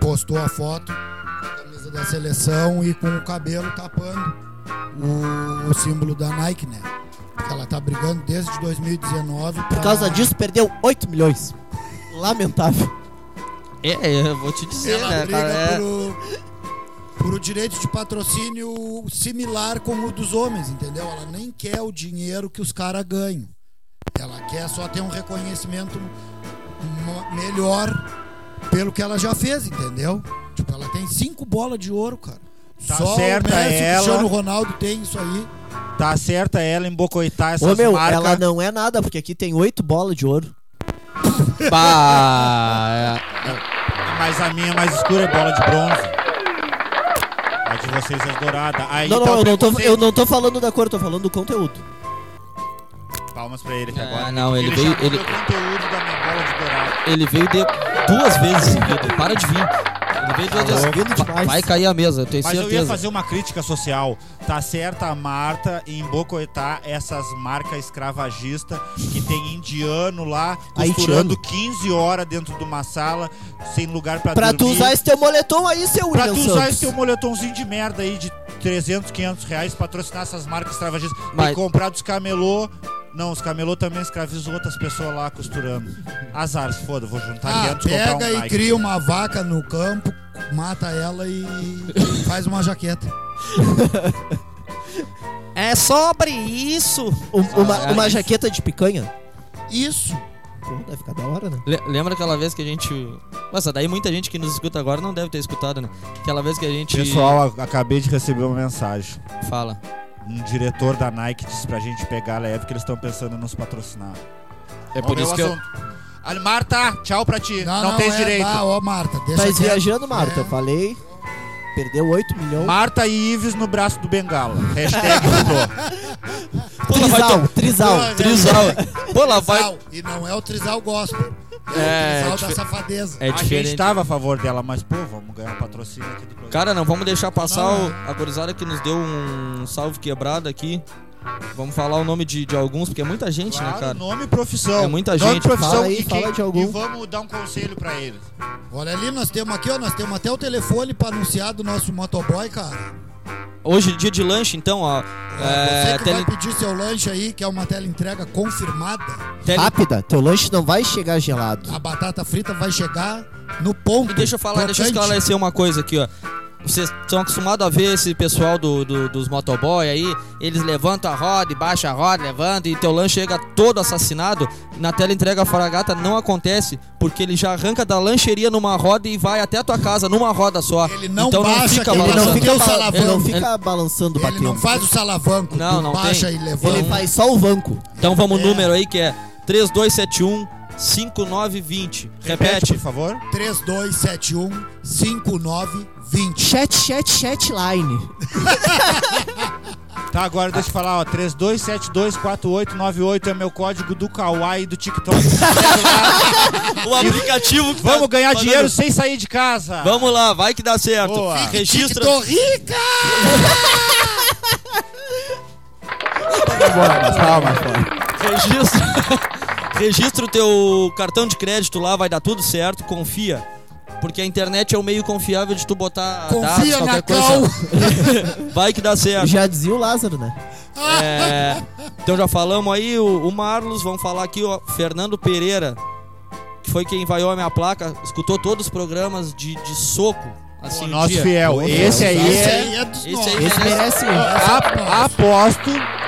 Speaker 4: postou a foto com a camisa da seleção e com o cabelo tapando o, o símbolo da Nike, né? Porque ela tá brigando desde 2019 pra-
Speaker 2: Por causa disso, perdeu 8 milhões. Lamentável.
Speaker 1: É, é, eu vou te dizer,
Speaker 4: ela
Speaker 1: né,
Speaker 4: briga
Speaker 1: cara? É,
Speaker 4: por, o, por o direito de patrocínio similar com o dos homens, entendeu? Ela nem quer o dinheiro que os caras ganham. Ela quer só ter um reconhecimento mo- melhor pelo que ela já fez, entendeu? Tipo, ela tem cinco bolas de ouro, cara.
Speaker 3: Tá
Speaker 4: só
Speaker 3: certa
Speaker 4: o Messi, o
Speaker 3: ela.
Speaker 4: Cristiano Ronaldo tem isso aí.
Speaker 3: Tá certa ela em bocoitar essas
Speaker 2: Ô, meu,
Speaker 3: marcas.
Speaker 2: ela não é nada, porque aqui tem 8 bolas de ouro.
Speaker 1: Bah, é.
Speaker 3: Mas a minha mais escura é bola de bronze. A de vocês é dourada. Aí
Speaker 2: não,
Speaker 3: tá
Speaker 2: não,
Speaker 3: o
Speaker 2: eu não, tô,
Speaker 3: preconceito.
Speaker 2: eu não tô falando da cor, eu tô falando do conteúdo.
Speaker 3: Palmas pra ele que
Speaker 1: Ah,
Speaker 3: agora.
Speaker 1: não, ele veio-
Speaker 3: chamou
Speaker 1: ele-
Speaker 3: o conteúdo da minha bola de dourada.
Speaker 1: é, Ele veio de duas vezes seguida. Para de vir. Ele veio duas vezes.
Speaker 2: Vindo
Speaker 1: Va-
Speaker 2: demais.
Speaker 1: Vai cair a mesa, eu tenho
Speaker 3: Mas eu ia
Speaker 1: certeza.
Speaker 3: fazer uma crítica social. Tá certa a Marta em bocoitar essas marcas escravagistas que tem indiano lá
Speaker 1: Ah,
Speaker 2: Haitiano.
Speaker 3: costurando 15 horas dentro de uma sala sem lugar pra,
Speaker 2: Pra
Speaker 3: dormir.
Speaker 2: tu usar esse teu moletom aí, seu
Speaker 3: Pra
Speaker 2: William
Speaker 3: tu usar
Speaker 2: Santos.
Speaker 3: esse teu moletomzinho de merda aí de 300, 500 reais, patrocinar essas marcas escravagistas
Speaker 1: Mas-
Speaker 3: e comprar dos camelô Não, os camelô também escravizam outras pessoas lá costurando. Azar, se foda, vou juntar
Speaker 4: Ah,
Speaker 3: 500 comprar
Speaker 4: pega
Speaker 3: um
Speaker 4: e
Speaker 3: Nike.
Speaker 4: cria uma vaca no campo, mata ela e faz uma jaqueta.
Speaker 1: É sobre isso.
Speaker 2: Um- uma,
Speaker 1: Caralho.
Speaker 2: uma jaqueta de picanha?
Speaker 4: Isso.
Speaker 2: Pô, deve ficar da hora, né?
Speaker 1: Le- lembra aquela vez que a gente. Nossa, daí muita gente que nos escuta agora não deve ter escutado, né? Aquela vez que a gente
Speaker 3: Pessoal, a- acabei de receber uma mensagem.
Speaker 1: fala.
Speaker 3: Um diretor da Nike disse pra gente pegar leve que eles estão pensando em nos patrocinar.
Speaker 5: É por isso que eu.
Speaker 3: Ali, Marta, tchau pra ti. Não,
Speaker 4: Não, não,
Speaker 3: tens
Speaker 4: é,
Speaker 3: direito.
Speaker 4: Ah, ó, Marta, deixa
Speaker 2: Tá
Speaker 4: quieto.
Speaker 2: viajando, Marta.
Speaker 4: É.
Speaker 2: Falei. Perdeu 8 milhões.
Speaker 3: Marta e Ives no braço do Bengala. Hashtag mudou.
Speaker 2: Trisal,
Speaker 4: Não,
Speaker 2: trisal.
Speaker 1: Trisal. Pô, lá vai.
Speaker 4: Trisal. E não é o trisal gospel.
Speaker 1: É,
Speaker 4: É,
Speaker 1: é
Speaker 4: o trisal da
Speaker 1: dife-
Speaker 4: safadeza.
Speaker 1: É
Speaker 3: a gente tá-
Speaker 1: diferente.
Speaker 3: tava a favor dela, mas, pô, vamos ganhar um patrocínio aqui do programa.
Speaker 1: Cara, não vamos deixar passar o, a gurizada que nos deu um salve quebrado aqui. Vamos falar o nome de, de alguns, porque é muita gente, né,
Speaker 3: Claro,
Speaker 1: cara?
Speaker 3: nome e profissão.
Speaker 1: É muita
Speaker 3: nome
Speaker 1: gente.
Speaker 3: E profissão
Speaker 2: Fala aí,
Speaker 3: e, que-
Speaker 2: fala de algum.
Speaker 3: e vamos dar um conselho pra eles.
Speaker 4: Olha ali, nós temos aqui, ó, nós temos até o telefone pra anunciar do nosso motoboy, cara.
Speaker 1: Hoje, dia de lanche, então, ó.
Speaker 4: Você
Speaker 1: É,
Speaker 4: que
Speaker 1: tele,
Speaker 4: vai pedir seu lanche aí, que é uma tela entrega confirmada,
Speaker 1: tele-
Speaker 2: Rápida, teu lanche não vai chegar gelado.
Speaker 4: a batata frita vai chegar no ponto.
Speaker 1: E deixa eu falar, deixa eu
Speaker 4: Crocante.
Speaker 1: esclarecer uma coisa aqui, ó. Vocês estão acostumados a ver esse pessoal do, do- dos motoboy aí, eles levantam a roda e baixam a roda, levantam, e teu lanche chega todo assassinado. Na tela entrega fragata não acontece, porque ele já arranca da lancheria numa roda e vai até a tua casa numa roda só.
Speaker 4: Ele não
Speaker 1: então não
Speaker 4: baixa,
Speaker 1: fica
Speaker 4: que ele não
Speaker 2: Ele
Speaker 1: balançando.
Speaker 2: não fica,
Speaker 4: Bateu o
Speaker 2: bala- ele
Speaker 4: salavanco.
Speaker 2: não fica balançando,
Speaker 4: Ele
Speaker 2: batendo.
Speaker 4: não faz o salavanco,
Speaker 1: Não,
Speaker 4: tu
Speaker 1: não
Speaker 4: baixa
Speaker 1: tem.
Speaker 4: e
Speaker 2: Ele
Speaker 4: levanta.
Speaker 2: faz só o vanco.
Speaker 1: Então vamos
Speaker 4: É.
Speaker 1: no número aí que é 3271 5920. Repete.
Speaker 3: por favor.
Speaker 4: 3271 5920.
Speaker 2: Chat, chat, chat line.
Speaker 3: Tá, agora deixa eu falar, ó. 32724898 é meu código do Kawaii e do TikTok.
Speaker 1: O aplicativo que tá
Speaker 3: vamos ganhar
Speaker 1: fazendo-
Speaker 3: dinheiro sem sair de casa.
Speaker 1: Vamos lá, vai que dá certo.
Speaker 3: Boa.
Speaker 1: Registra.
Speaker 4: Tô rica!
Speaker 1: Registra, registra o teu cartão de crédito lá, vai dar tudo certo, confia. Porque a internet é o meio confiável de tu botar dados,
Speaker 4: Confia
Speaker 1: qualquer
Speaker 4: na Cal!
Speaker 1: coisa. Vai que dá certo.
Speaker 2: Já dizia o Lázaro, né?
Speaker 1: É, então já falamos aí, o, o Marlos, vamos falar aqui, ó, Fernando Pereira, que foi quem vaiou a minha placa, escutou todos os programas de, de soco. Assim,
Speaker 3: Pô,
Speaker 1: um
Speaker 3: nosso
Speaker 1: dia.
Speaker 3: fiel.
Speaker 2: Pô,
Speaker 3: esse aí
Speaker 4: Esse
Speaker 3: é...
Speaker 4: aí é dos
Speaker 1: Esse
Speaker 4: nossos.
Speaker 1: aí-
Speaker 2: Esse merece
Speaker 4: Ah,
Speaker 2: um.
Speaker 3: Ah, a- aposto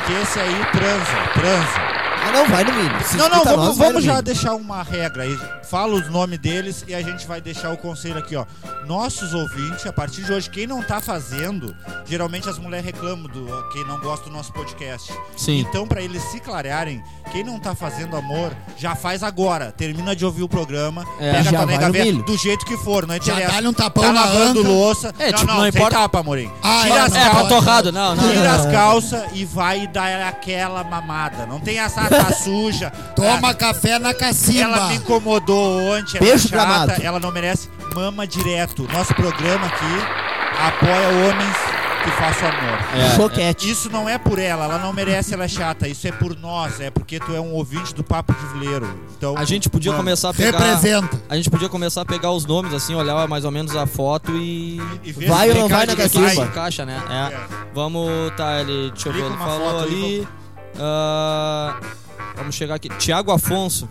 Speaker 3: que esse aí transa, transa.
Speaker 2: Ah, não, vai no mínimo. Se
Speaker 3: não, não,
Speaker 2: escuta
Speaker 3: vamos,
Speaker 2: nós, né, vai
Speaker 3: vamos
Speaker 2: no
Speaker 3: já
Speaker 2: mínimo.
Speaker 3: deixar uma regra aí. Fala os nomes deles e a gente vai deixar o conselho aqui, ó. Nossos ouvintes, a partir de hoje, quem não tá fazendo, geralmente as mulheres reclamam do quem não gosta do nosso podcast.
Speaker 1: Sim.
Speaker 3: Então, pra eles se clarearem, quem não tá fazendo amor, já faz agora. Termina de ouvir o programa,
Speaker 1: É.
Speaker 3: pega
Speaker 2: Já
Speaker 3: a tua
Speaker 2: vai
Speaker 3: nega
Speaker 2: no
Speaker 3: véia
Speaker 2: milho.
Speaker 3: do jeito que for, não
Speaker 4: Já
Speaker 3: interessa.
Speaker 4: dá-lhe um tapão
Speaker 3: Tá
Speaker 4: na
Speaker 3: lavando
Speaker 4: anca.
Speaker 3: louça.
Speaker 1: É,
Speaker 3: não,
Speaker 1: tipo,
Speaker 3: não,
Speaker 1: não
Speaker 3: sem
Speaker 1: importa.
Speaker 3: tapa, Morim.
Speaker 4: Ah,
Speaker 3: Tira
Speaker 4: não,
Speaker 3: as
Speaker 4: não,
Speaker 1: É,
Speaker 3: calças.
Speaker 1: pra torrado, não, não.
Speaker 3: Tira
Speaker 1: não.
Speaker 3: as calças e vai dar aquela mamada. Não tem essa tá suja.
Speaker 4: Toma café na cacimba.
Speaker 3: Ela me incomodou ontem, ela
Speaker 2: Beijo,
Speaker 3: é chata,
Speaker 2: Gramado.
Speaker 3: ela não merece. Mama direto. Nosso programa aqui apoia homens que façam amor.
Speaker 1: É,
Speaker 2: Choquete.
Speaker 3: Isso não é por ela, ela não merece, ela é chata. Isso é por nós, é porque tu é um ouvinte do Papo de Vileiro. Então,
Speaker 1: A gente podia
Speaker 3: mano,
Speaker 1: começar a pegar...
Speaker 4: Representa.
Speaker 1: A gente podia começar a pegar os nomes, assim, olhar mais ou menos a foto e.
Speaker 3: E vê
Speaker 2: Vai
Speaker 3: se
Speaker 2: ou
Speaker 3: tem
Speaker 2: não vai
Speaker 3: cara
Speaker 2: na
Speaker 3: de que
Speaker 2: cacimba?
Speaker 3: vai.
Speaker 1: Caixa, né? É.
Speaker 3: É.
Speaker 1: Vamos, tá, ele. Deixa eu ver,
Speaker 3: Clica
Speaker 1: ele
Speaker 3: uma
Speaker 1: falou
Speaker 3: foto aí,
Speaker 1: ali. Ah, vamos chegar aqui. Tiago Afonso.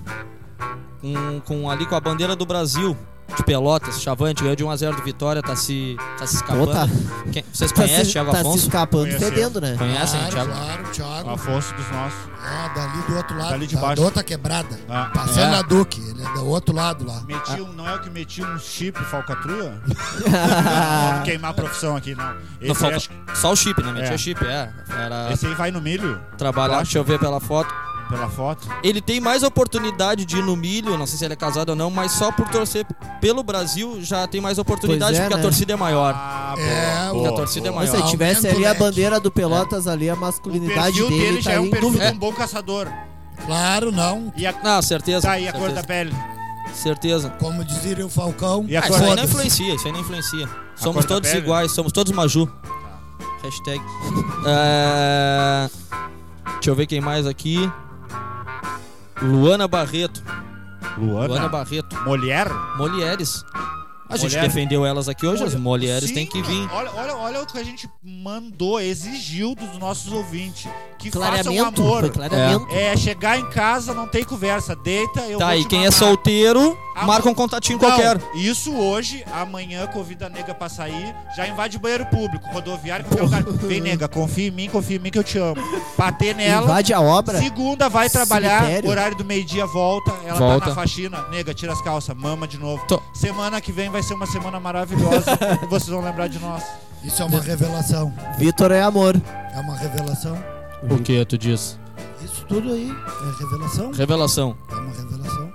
Speaker 1: Com, com- ali com a bandeira do Brasil. De Pelotas, Chavante, ganhou de 1x0 do Vitória, tá se, tá se escapando.
Speaker 2: Pô, tá,
Speaker 1: Quem- vocês
Speaker 2: tá,
Speaker 1: conhecem
Speaker 2: se,
Speaker 1: Tiago
Speaker 2: tá se
Speaker 1: Afonso?
Speaker 2: escapando,
Speaker 3: Conhecemos.
Speaker 2: fedendo, né?
Speaker 1: Conhecem, é
Speaker 4: claro,
Speaker 1: assim, Thiago?
Speaker 4: claro, Thiago.
Speaker 3: É, Afonso dos nossos.
Speaker 4: Ah, dali do outro lado.
Speaker 3: Dali de
Speaker 4: da-
Speaker 3: baixo.
Speaker 4: Da outra quebrada.
Speaker 3: Ah,
Speaker 4: Passando
Speaker 1: é.
Speaker 4: a Duque. Ele é do outro lado lá.
Speaker 3: Meti um, não é o que meti um chip falcatrua? Vamos queimar a profissão aqui, não.
Speaker 1: Não,
Speaker 3: Esse, aí,
Speaker 1: falta-
Speaker 3: acho que-
Speaker 1: Só o chip, né? Metia
Speaker 3: É.
Speaker 1: chip, é. Era
Speaker 3: esse aí vai no milho,
Speaker 1: trabalhar,
Speaker 3: Plástico.
Speaker 1: deixa eu ver pela foto.
Speaker 3: pela foto.
Speaker 1: ele tem mais oportunidade de ir no milho, não sei se ele é casado ou não, mas só por torcer pelo Brasil já tem mais oportunidade
Speaker 2: Pois é,
Speaker 1: porque a
Speaker 2: né?
Speaker 1: torcida é maior.
Speaker 3: Ah,
Speaker 4: É,
Speaker 1: a torcida é
Speaker 2: Mas
Speaker 1: maior.
Speaker 2: se tivesse ali a
Speaker 4: Aumento, né?
Speaker 2: bandeira do Pelotas ali, a
Speaker 3: O
Speaker 2: masculinidade
Speaker 3: perfil
Speaker 2: dele,
Speaker 3: dele
Speaker 2: tá
Speaker 3: já é
Speaker 2: ali
Speaker 3: um
Speaker 2: em
Speaker 3: perfil
Speaker 2: dúvida.
Speaker 3: de um bom caçador.
Speaker 4: Claro, não.
Speaker 3: E a,
Speaker 1: Não, certeza.
Speaker 3: tá aí a cor
Speaker 1: certeza,
Speaker 3: da pele.
Speaker 1: certeza.
Speaker 4: Como dizia o Falcão.
Speaker 3: E a
Speaker 1: Ah,
Speaker 3: cor
Speaker 1: isso aí
Speaker 3: da
Speaker 1: não
Speaker 4: foda-se.
Speaker 1: influencia, isso aí não influencia. Somos
Speaker 3: cor da
Speaker 1: todos
Speaker 3: pele?
Speaker 1: iguais, somos todos Maju. Hashtag. É, Deixa eu ver quem mais aqui. Luana Barreto. Luana Barreto.
Speaker 3: Mulher?
Speaker 1: Mulheres. A gente
Speaker 3: Mulher-
Speaker 1: defendeu elas aqui hoje, as
Speaker 3: Olha,
Speaker 1: mulheres
Speaker 3: sim,
Speaker 1: é, têm que vir.
Speaker 3: Olha, olha, olha o que a gente mandou, exigiu dos nossos ouvintes. Que
Speaker 2: Clareamento.
Speaker 3: façam um amor.
Speaker 2: Foi clareamento.
Speaker 3: É, chegar em casa, não tem conversa, deita, eu
Speaker 1: Tá,
Speaker 3: vou
Speaker 1: e
Speaker 3: te
Speaker 1: quem é
Speaker 3: mamar.
Speaker 1: solteiro,
Speaker 3: Ah,
Speaker 1: marca um contatinho
Speaker 3: Não,
Speaker 1: qualquer.
Speaker 3: Isso hoje, amanhã convida a nega pra sair, já invade o banheiro público, rodoviário, qualquer lugar. Vem, nega, confia em mim, confia em mim que eu te amo. Bater nela.
Speaker 2: Invade a obra.
Speaker 3: Segunda vai trabalhar,
Speaker 2: Cemitério.
Speaker 3: horário do meio-dia volta, ela
Speaker 1: Volta.
Speaker 3: tá na faxina, nega, tira as calças, mama de novo.
Speaker 1: Tô.
Speaker 3: Semana que vem vai ser uma semana maravilhosa, e vocês vão lembrar de nós.
Speaker 4: Isso é uma revelação.
Speaker 2: Vitor é amor.
Speaker 4: É uma revelação.
Speaker 1: O que tu diz?
Speaker 4: Isso tudo aí é revelação.
Speaker 1: Revelação.
Speaker 4: É uma revelação.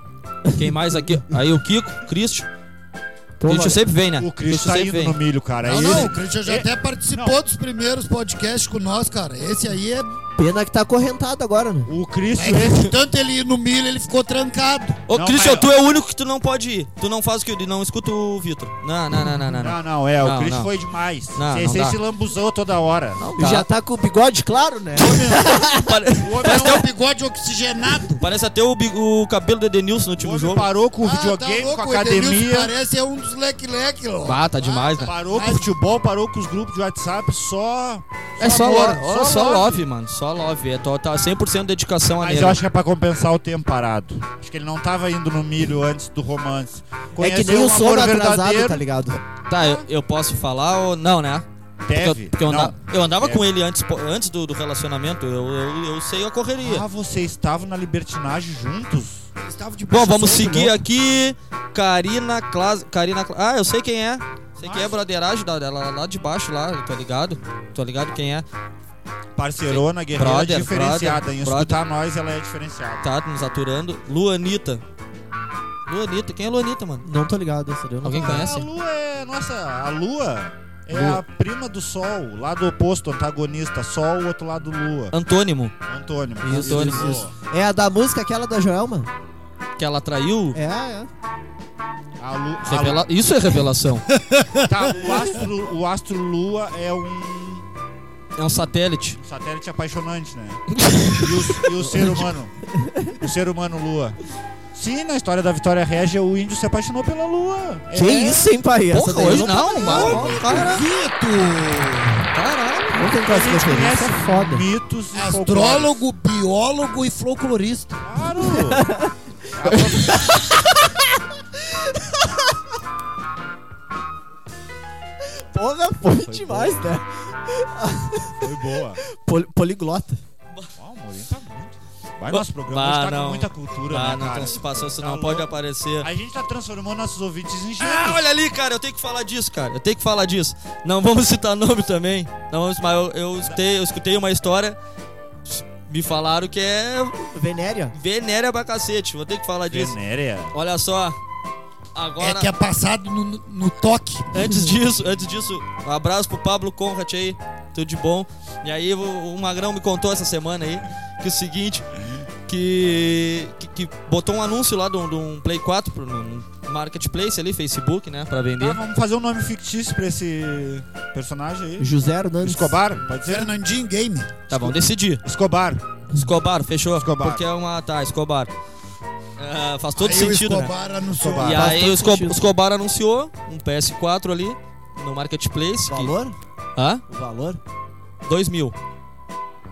Speaker 1: Quem mais aqui? Aí o Kiko, Christian.
Speaker 2: Pô,
Speaker 1: Christian
Speaker 2: mano,
Speaker 1: sempre vem, né?
Speaker 3: O Cris tá indo no milho, cara.
Speaker 4: Não,
Speaker 3: é
Speaker 4: não,
Speaker 3: ele.
Speaker 4: o Christian já
Speaker 3: É-
Speaker 4: até participou
Speaker 3: não.
Speaker 4: dos primeiros podcasts com nós, cara. Esse aí é.
Speaker 2: Pena que tá acorrentado agora, né?
Speaker 3: O Cris,
Speaker 4: é
Speaker 3: esse-
Speaker 4: que de tanto ele ir no milho, ele ficou trancado.
Speaker 1: Ô,
Speaker 3: Não,
Speaker 1: Christian,
Speaker 3: mas-
Speaker 1: tu é o único que tu não pode ir. Tu não faz o que ele não escuta o Vitor. Não, não, não, não, não. não.
Speaker 3: Não, não, é,
Speaker 1: Não,
Speaker 3: o Cris
Speaker 1: não.
Speaker 3: foi demais.
Speaker 1: Não,
Speaker 3: Vocês
Speaker 1: não
Speaker 3: vocês
Speaker 1: dá.
Speaker 3: se lambuzou toda hora.
Speaker 1: Não,
Speaker 2: Já tá com o bigode, claro, né?
Speaker 3: Ah.
Speaker 1: Pare-
Speaker 3: O homem,
Speaker 4: É
Speaker 1: Parece
Speaker 4: um bigode oxigenado.
Speaker 1: Parece até o, bi- é o cabelo do Edenilson no
Speaker 3: um o
Speaker 1: último
Speaker 3: homem
Speaker 1: jogo.
Speaker 3: parou com o
Speaker 4: Ah,
Speaker 3: videogame,
Speaker 4: tá louco,
Speaker 3: com
Speaker 4: o
Speaker 3: a
Speaker 4: Edenilson
Speaker 3: academia,
Speaker 4: Parece é um dos leque-leque, ó.
Speaker 1: Ah, tá demais, né?
Speaker 3: parou com o futebol, parou com os grupos de WhatsApp, só...
Speaker 1: É só
Speaker 3: amor,
Speaker 1: love, olha só love, mano. Só love. É total, 100% dedicação a
Speaker 3: Mas
Speaker 1: nele.
Speaker 3: eu acho que é pra compensar o tempo parado. Acho que ele não tava indo no milho antes do romance.
Speaker 2: é que
Speaker 3: Conheceu
Speaker 2: nem o
Speaker 3: um
Speaker 2: sono
Speaker 3: amor
Speaker 2: atrasado,
Speaker 3: verdadeiro.
Speaker 2: tá ligado?
Speaker 1: Tá, eu, eu posso falar ou não, né? Porque eu,
Speaker 3: Deve.
Speaker 1: porque eu
Speaker 3: Não.
Speaker 1: andava, eu andava
Speaker 3: Deve.
Speaker 1: com ele antes, po- antes do, do relacionamento. Eu, eu, eu sei a correria.
Speaker 3: Ah, vocês estavam na libertinagem juntos?
Speaker 4: Estava de um
Speaker 1: Bom,
Speaker 4: baixo
Speaker 1: vamos
Speaker 4: astral,
Speaker 1: seguir
Speaker 4: não.
Speaker 1: aqui. Karina Clas... Karina Cla- Ah, eu sei quem é. Sei quem é, broderagem da- dela lá de baixo, lá. eu Tô ligado. Tô ligado quem é.
Speaker 3: Parcerona, guerreira,
Speaker 1: Brother,
Speaker 3: diferenciada. em
Speaker 1: brother,
Speaker 3: escutar nós, ela é diferenciada.
Speaker 1: Tá nos aturando. Luanita. Luanita. Quem é Luanita, mano?
Speaker 2: Não tô ligado, essa daí eu não
Speaker 1: Alguém
Speaker 2: tô ligado.
Speaker 1: conhece?
Speaker 3: A lua é. Nossa, a lua é
Speaker 1: Lua.
Speaker 3: a prima do sol, o lado oposto, antagonista. Sol, o outro lado lua.
Speaker 1: Antônimo.
Speaker 3: Antônimo.
Speaker 1: Isso, isso,
Speaker 2: É a da música aquela da Joelma?
Speaker 1: Que ela traiu.
Speaker 2: É, é.
Speaker 3: A lua. a
Speaker 1: Revela- Isso é revelação.
Speaker 3: lua- tá, o, astro, o astro lua é um
Speaker 1: é um satélite.
Speaker 3: satélite apaixonante, né? E o, s- e o ser humano. O ser humano lua. Sim, na história da Vitória Régia, o índio se apaixonou pela lua. É.
Speaker 2: Que isso, hein, pai? Essa
Speaker 1: Porra,
Speaker 2: daí eu
Speaker 1: hoje
Speaker 2: tô
Speaker 1: não,
Speaker 2: ligado.
Speaker 1: mano. Caralho.
Speaker 4: Vitor!
Speaker 1: Caralho. Ah,
Speaker 2: Não tem
Speaker 3: A
Speaker 2: quase
Speaker 3: gente
Speaker 2: referência,
Speaker 3: conhece
Speaker 2: é foda.
Speaker 3: mitos e folclores.
Speaker 4: Astrólogo, biólogo e folclorista.
Speaker 3: Claro!
Speaker 2: Porra, foi, demais, né?
Speaker 3: Foi boa.
Speaker 2: Poli- poliglota.
Speaker 3: Ó, o Mourinho tá muito. Vai, nosso programa
Speaker 1: Bah,
Speaker 3: hoje tá
Speaker 1: não.
Speaker 3: com muita cultura,
Speaker 1: Ah,
Speaker 3: né,
Speaker 1: não,
Speaker 3: cara?
Speaker 1: então se passou, você
Speaker 3: Tá
Speaker 1: não pode
Speaker 3: louco.
Speaker 1: aparecer.
Speaker 3: A gente tá transformando nossos ouvintes em gênios.
Speaker 1: Ah, olha ali, cara, eu tenho que falar disso, cara. Eu tenho que falar disso. Não vamos citar nome também. Não vamos, mas eu, eu, escutei, eu escutei uma história. Me falaram que é
Speaker 2: Venéria.
Speaker 1: venérea pra cacete. Vou ter que falar disso.
Speaker 3: Venéria.
Speaker 1: Olha só.
Speaker 4: É
Speaker 1: Agora,
Speaker 4: que é passado no, no toque.
Speaker 1: antes disso, antes disso, um abraço pro Pablo Conrad aí. Tudo de bom. E aí, o, o Magrão me contou essa semana aí que o seguinte. Que, que, que botou um anúncio lá de um- de um Play 4 pro- no no marketplace ali, Facebook, né? Pra
Speaker 3: Ah,
Speaker 1: vender.
Speaker 3: vamos fazer um nome fictício pra esse personagem aí.
Speaker 2: José Hernandes.
Speaker 3: Escobar, pode ser?
Speaker 4: Fernandinho Game.
Speaker 1: Tá, vamos decidir.
Speaker 3: Escobar.
Speaker 1: Escobar, fechou?
Speaker 3: Escobar.
Speaker 1: Porque é uma. Tá, Escobar. Ah, faz todo
Speaker 4: aí
Speaker 1: sentido,
Speaker 4: o
Speaker 1: né?
Speaker 4: Escobar anunciou.
Speaker 3: Escobar.
Speaker 1: E
Speaker 2: Faz
Speaker 1: aí
Speaker 2: todo
Speaker 1: o Esco-
Speaker 2: sentido.
Speaker 1: Escobar anunciou um PS4 ali no marketplace. que-
Speaker 2: Valor?
Speaker 1: Hã?
Speaker 2: O valor?
Speaker 1: Dois mil.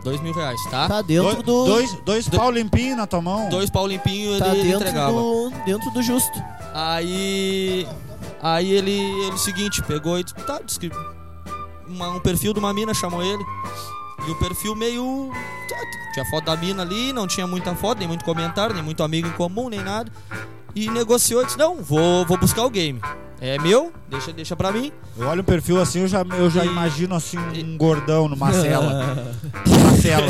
Speaker 1: Dois mil reais, tá?
Speaker 2: Tá dentro
Speaker 3: Dois-
Speaker 2: do.
Speaker 3: Dois, dois pau limpinho na tua mão.
Speaker 1: Dois pau limpinho
Speaker 2: tá
Speaker 1: ele
Speaker 2: dentro
Speaker 1: entregava.
Speaker 2: do. Dentro do justo.
Speaker 1: Aí. Aí ele, ele. O seguinte, pegou e. Tá, disse que. uma- um perfil de uma mina chamou ele. E o perfil meio. tá, Tinha foto da mina ali, não tinha muita foto, nem muito comentário, nem muito amigo em comum, nem nada. E negociou e disse: Não, vou, vou buscar o game. É meu, deixa, deixa pra mim.
Speaker 3: Eu olho o perfil assim, eu já, eu já
Speaker 1: E-
Speaker 3: imagino assim um
Speaker 1: e-
Speaker 3: gordão numa cela. Numa cela.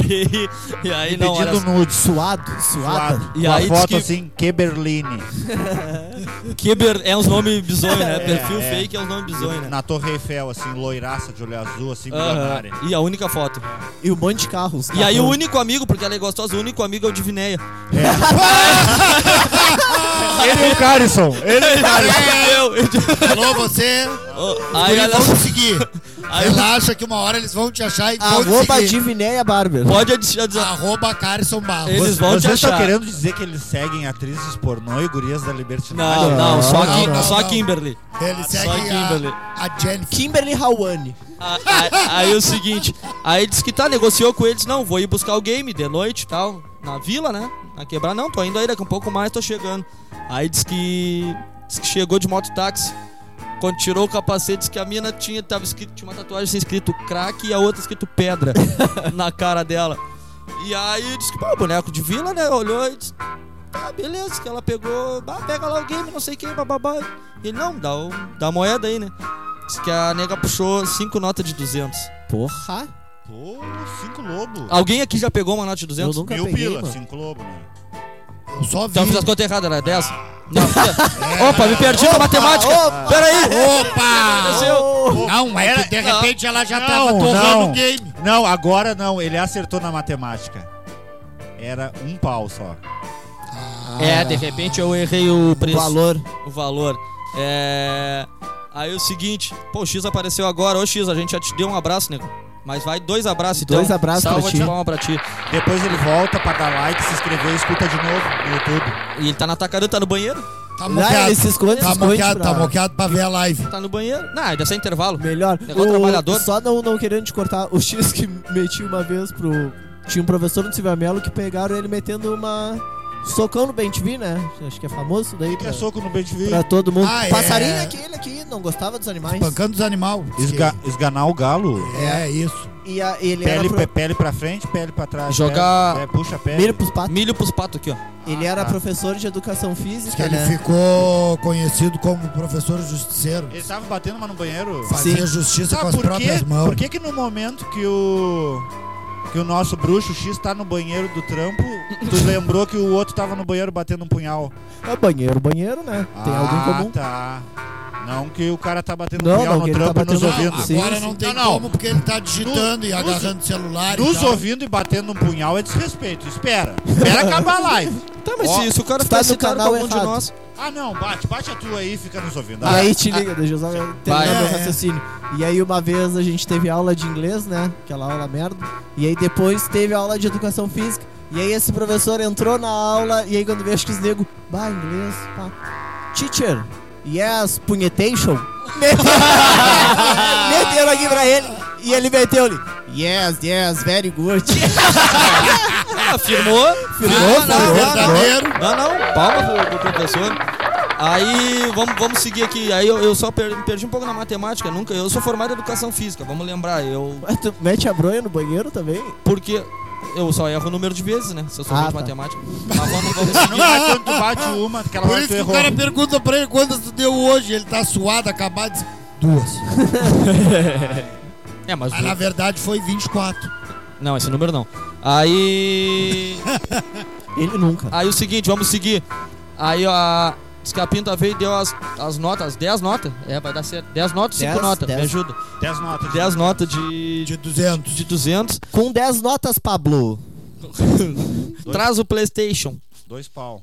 Speaker 1: E, aí, não, olha
Speaker 3: Pedindo nudes.
Speaker 2: Suado, suada.
Speaker 3: suado.
Speaker 1: E
Speaker 3: Com a
Speaker 1: aí diz
Speaker 3: foto
Speaker 1: que-
Speaker 3: assim, Keberline.
Speaker 1: Kiber é uns nomes bizonhos, né? perfil
Speaker 3: é.
Speaker 1: fake é uns nomes bizonhos, né?
Speaker 3: Na Torre Eiffel, assim, loiraça de olho azul, assim,
Speaker 1: Aham.
Speaker 3: milionária.
Speaker 1: E a única foto.
Speaker 2: E um monte de carros.
Speaker 1: E aí o único amigo, porque ela é gostosa, o único amigo é o Divinéia.
Speaker 3: Ele e o Carlson. Ele e o Carlson.
Speaker 1: Eu, eu-
Speaker 4: Alô, você.
Speaker 1: Ó, aí,
Speaker 4: Aí
Speaker 1: ela,
Speaker 4: vamos seguir.
Speaker 1: Aí-
Speaker 4: Relaxa que uma hora eles vão te achar e vão te
Speaker 2: Arroba
Speaker 4: seguir.
Speaker 2: Divinéia Barber.
Speaker 1: Pode adicionar.
Speaker 4: Arroba Carson Barros.
Speaker 1: Eles vão te
Speaker 3: Vocês estão
Speaker 1: achar.
Speaker 3: tá querendo dizer que eles seguem atrizes pornô e gurias da libertinagem?
Speaker 1: Não, não, só,
Speaker 4: Não,
Speaker 1: Kim-
Speaker 4: não,
Speaker 1: só
Speaker 4: não.
Speaker 1: Kimberly.
Speaker 4: Ele
Speaker 1: Só
Speaker 4: segue
Speaker 1: Kimberly.
Speaker 4: a, a Jennifer.
Speaker 2: Kimberly Hawane.
Speaker 1: A- a- Aí o seguinte, aí disse que tá, negociou com eles, não, vou ir buscar o game de noite e tal, na vila, né? Na quebrar, não, tô indo aí, daqui a um pouco mais tô chegando. Aí disse que, diz que chegou de mototáxi, quando tirou o capacete, disse que a mina tinha, tava escrito, tinha uma tatuagem assim, escrito crack e a outra escrito pedra na cara dela. E aí disse que, pô, boneco de vila, né? Olhou e disse, tá, beleza, que ela pegou, "Bah, pega lá o game, não sei quem, bababá. Ele, não, dá, o- dá a moeda aí, né? Diz que a nega puxou cinco notas de 200.
Speaker 2: Porra.
Speaker 3: Pô, cinco lobos.
Speaker 1: Alguém aqui já pegou uma nota de
Speaker 2: Eu
Speaker 1: 200?
Speaker 2: nunca
Speaker 3: Mil
Speaker 2: peguei,
Speaker 3: pila,
Speaker 2: mano.
Speaker 3: cinco lobos, né?
Speaker 4: Eu só vi.
Speaker 1: Então eu fiz as contas erradas, era 10? Não. Opa, me perdi na matemática.
Speaker 2: opa.
Speaker 1: Peraí.
Speaker 3: Ah.
Speaker 4: Opa! Não, é que de
Speaker 1: Não.
Speaker 4: repente ela já
Speaker 3: Não,
Speaker 4: tava torrando
Speaker 3: não.
Speaker 4: o game.
Speaker 3: Não, agora não, ele acertou na matemática. Era um pau só.
Speaker 1: É, de repente eu errei o preço.
Speaker 2: Valor.
Speaker 1: O valor. É... Aí o seguinte, pô, o X apareceu agora. Ô X, a gente já te deu um abraço, nego. Mas vai dois abraços então.
Speaker 2: Dois abraços pra
Speaker 1: Salva
Speaker 2: ti.
Speaker 1: de palma pra ti.
Speaker 3: Depois ele volta pra dar like, se inscrever e escuta de novo no YouTube.
Speaker 1: E ele tá na tacarana, tá no banheiro?
Speaker 4: Tá
Speaker 2: Lá
Speaker 4: moqueado.
Speaker 2: ele se esconde, se
Speaker 4: Tá
Speaker 2: esconde
Speaker 4: moqueado,
Speaker 2: pra-
Speaker 4: tá moqueado pra ver a live.
Speaker 1: Tá no banheiro? Não, deve ser intervalo.
Speaker 2: Melhor.
Speaker 1: Negócio trabalhador.
Speaker 2: Só não, não querendo te cortar, o X que meti uma vez pro. Tinha um professor no Silvia Melo que pegaram ele metendo uma. Socão no Bentivi, né? Acho que é famoso isso daí.
Speaker 3: Que é
Speaker 2: Pra,
Speaker 3: soco no BTV.
Speaker 2: pra todo mundo.
Speaker 4: Ah, é.
Speaker 2: Passarinho aqui, ele aqui, não gostava dos animais.
Speaker 4: Bancando os animais.
Speaker 3: Esga- esganar o galo.
Speaker 4: É, isso.
Speaker 2: E a- ele era.
Speaker 3: Pele,
Speaker 2: pro-
Speaker 3: pe- pele pra frente, pele pra trás.
Speaker 1: Jogar-
Speaker 3: Pele, é, puxa a pele.
Speaker 2: Milho pros patos.
Speaker 1: Milho pros patos aqui, ó.
Speaker 2: Ele era
Speaker 3: tá.
Speaker 2: professor de educação
Speaker 4: Diz que
Speaker 2: física,
Speaker 4: ele
Speaker 2: né?
Speaker 4: ficou conhecido como professor justiceiro.
Speaker 3: Ele tava batendo, mas no banheiro.
Speaker 4: Fazia
Speaker 2: Sim.
Speaker 4: justiça com
Speaker 3: Sabe Ah,
Speaker 4: as
Speaker 3: por quê?
Speaker 4: próprias mãos.
Speaker 3: Por que que no momento que o... Que o nosso bruxo X tá no banheiro do trampo, tu lembrou que o outro tava no banheiro batendo um punhal.
Speaker 2: É banheiro, banheiro, né? Tem algo em
Speaker 3: ah,
Speaker 2: comum.
Speaker 3: tá. Não que o cara tá batendo
Speaker 2: Não,
Speaker 3: punhal
Speaker 2: não,
Speaker 3: no
Speaker 2: que ele tá
Speaker 3: trampo e nos
Speaker 2: batendo-
Speaker 3: ouvindo.
Speaker 4: Não,
Speaker 2: Sim,
Speaker 4: um Ah, agora
Speaker 2: sim.
Speaker 4: não tem
Speaker 3: Não, não.
Speaker 4: como porque ele tá digitando e agarrando o celular. e
Speaker 3: Nos
Speaker 4: tal.
Speaker 3: ouvindo e batendo um punhal é desrespeito. Espera. Espera acabar a live.
Speaker 1: Tá, mas
Speaker 3: Ó,
Speaker 1: se, se o cara
Speaker 2: tu tá
Speaker 1: ficar citado
Speaker 2: no
Speaker 1: com
Speaker 2: canal
Speaker 1: algum de
Speaker 2: errado.
Speaker 1: nós...
Speaker 3: Ah, não. Bate. Bate a tua aí e fica nos ouvindo.
Speaker 2: E
Speaker 3: Ah,
Speaker 2: aí te liga, deixa eu só terminar
Speaker 1: Vai.
Speaker 2: meu
Speaker 4: É, é.
Speaker 2: raciocínio. E aí uma vez a gente teve aula de inglês, né? Aquela aula merda. E aí depois teve aula de educação física. E aí esse professor entrou na aula e aí quando veio acho que os nego, bah, inglês, pá. Teacher, yes, punhetation. Meteu- Meteram aqui pra ele. E ele meteu ali. Yes, yes, very good.
Speaker 1: Ah, afirmou.
Speaker 2: Firmou,
Speaker 4: Ah, não,
Speaker 2: firmou,
Speaker 4: verdadeiro.
Speaker 1: Não, não, palma pro, pro professor. Aí, vamos, vamos seguir aqui. Aí eu, eu só per- perdi um pouco na matemática, nunca. Eu sou formado em educação física, vamos lembrar. Eu.
Speaker 2: Mas tu mete a bronha no banheiro também?
Speaker 1: Porque eu só erro o número de vezes, né? Se eu sou ruim
Speaker 2: Ah,
Speaker 1: de
Speaker 2: tá.
Speaker 1: matemática. Mas vamos, vamos seguir.
Speaker 3: Não vai quando tu bate uma, aquela
Speaker 4: Por
Speaker 3: hora
Speaker 4: isso
Speaker 3: tu
Speaker 4: que o
Speaker 3: errou.
Speaker 4: cara pergunta pra ele quantas tu deu hoje. Ele tá suado, acabado de... Duas.
Speaker 1: É, mas.
Speaker 4: Mas na verdade foi 24.
Speaker 1: Não, esse número não. Aí.
Speaker 2: Ele nunca.
Speaker 1: Aí o seguinte, vamos seguir. Aí a. Diz que a Pinta veio e deu as, as notas, as 10 notas. É, vai dar certo. 10 notas, 5
Speaker 2: Dez,
Speaker 1: notas. Me
Speaker 2: dez.
Speaker 1: ajuda.
Speaker 3: Dez notas.
Speaker 1: 10 notas de.
Speaker 4: De 200.
Speaker 1: de 200.
Speaker 2: Com 10 notas, Pablo.
Speaker 1: Traz o PlayStation.
Speaker 3: Dois pau.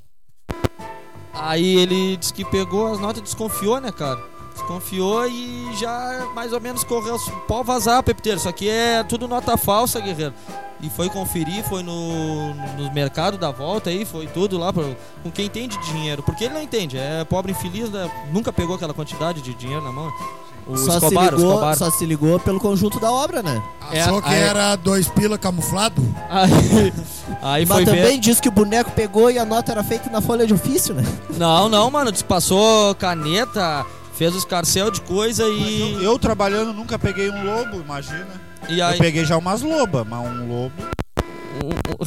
Speaker 1: Aí ele disse que pegou as notas e desconfiou, né, cara? Desconfiou e já mais ou menos correu. Pode vazar, Pepiteiro. Isso aqui é tudo nota falsa, guerreiro. E foi conferir, foi no, no mercado da volta aí, foi tudo lá pro, com quem entende de dinheiro. Porque ele não entende, é pobre infeliz, né? nunca pegou aquela quantidade de dinheiro na mão. O
Speaker 2: só,
Speaker 1: Escobar,
Speaker 2: se
Speaker 1: o
Speaker 2: ligou,
Speaker 1: Escobar.
Speaker 2: só se ligou pelo conjunto da obra, né?
Speaker 1: É,
Speaker 4: Achou que
Speaker 1: aí-
Speaker 4: era dois pila camuflado?
Speaker 1: Aí, aí foi
Speaker 2: Mas
Speaker 1: ver.
Speaker 2: também disse que o boneco pegou e a nota era feita na folha de ofício, né?
Speaker 1: Não, não, mano, disse que passou caneta, fez os carcel de coisa
Speaker 3: Mas
Speaker 1: e.
Speaker 3: Eu, eu trabalhando nunca peguei um lobo, imagina.
Speaker 1: e aí,
Speaker 3: Eu peguei já umas lobas, mas um lobo.
Speaker 1: O-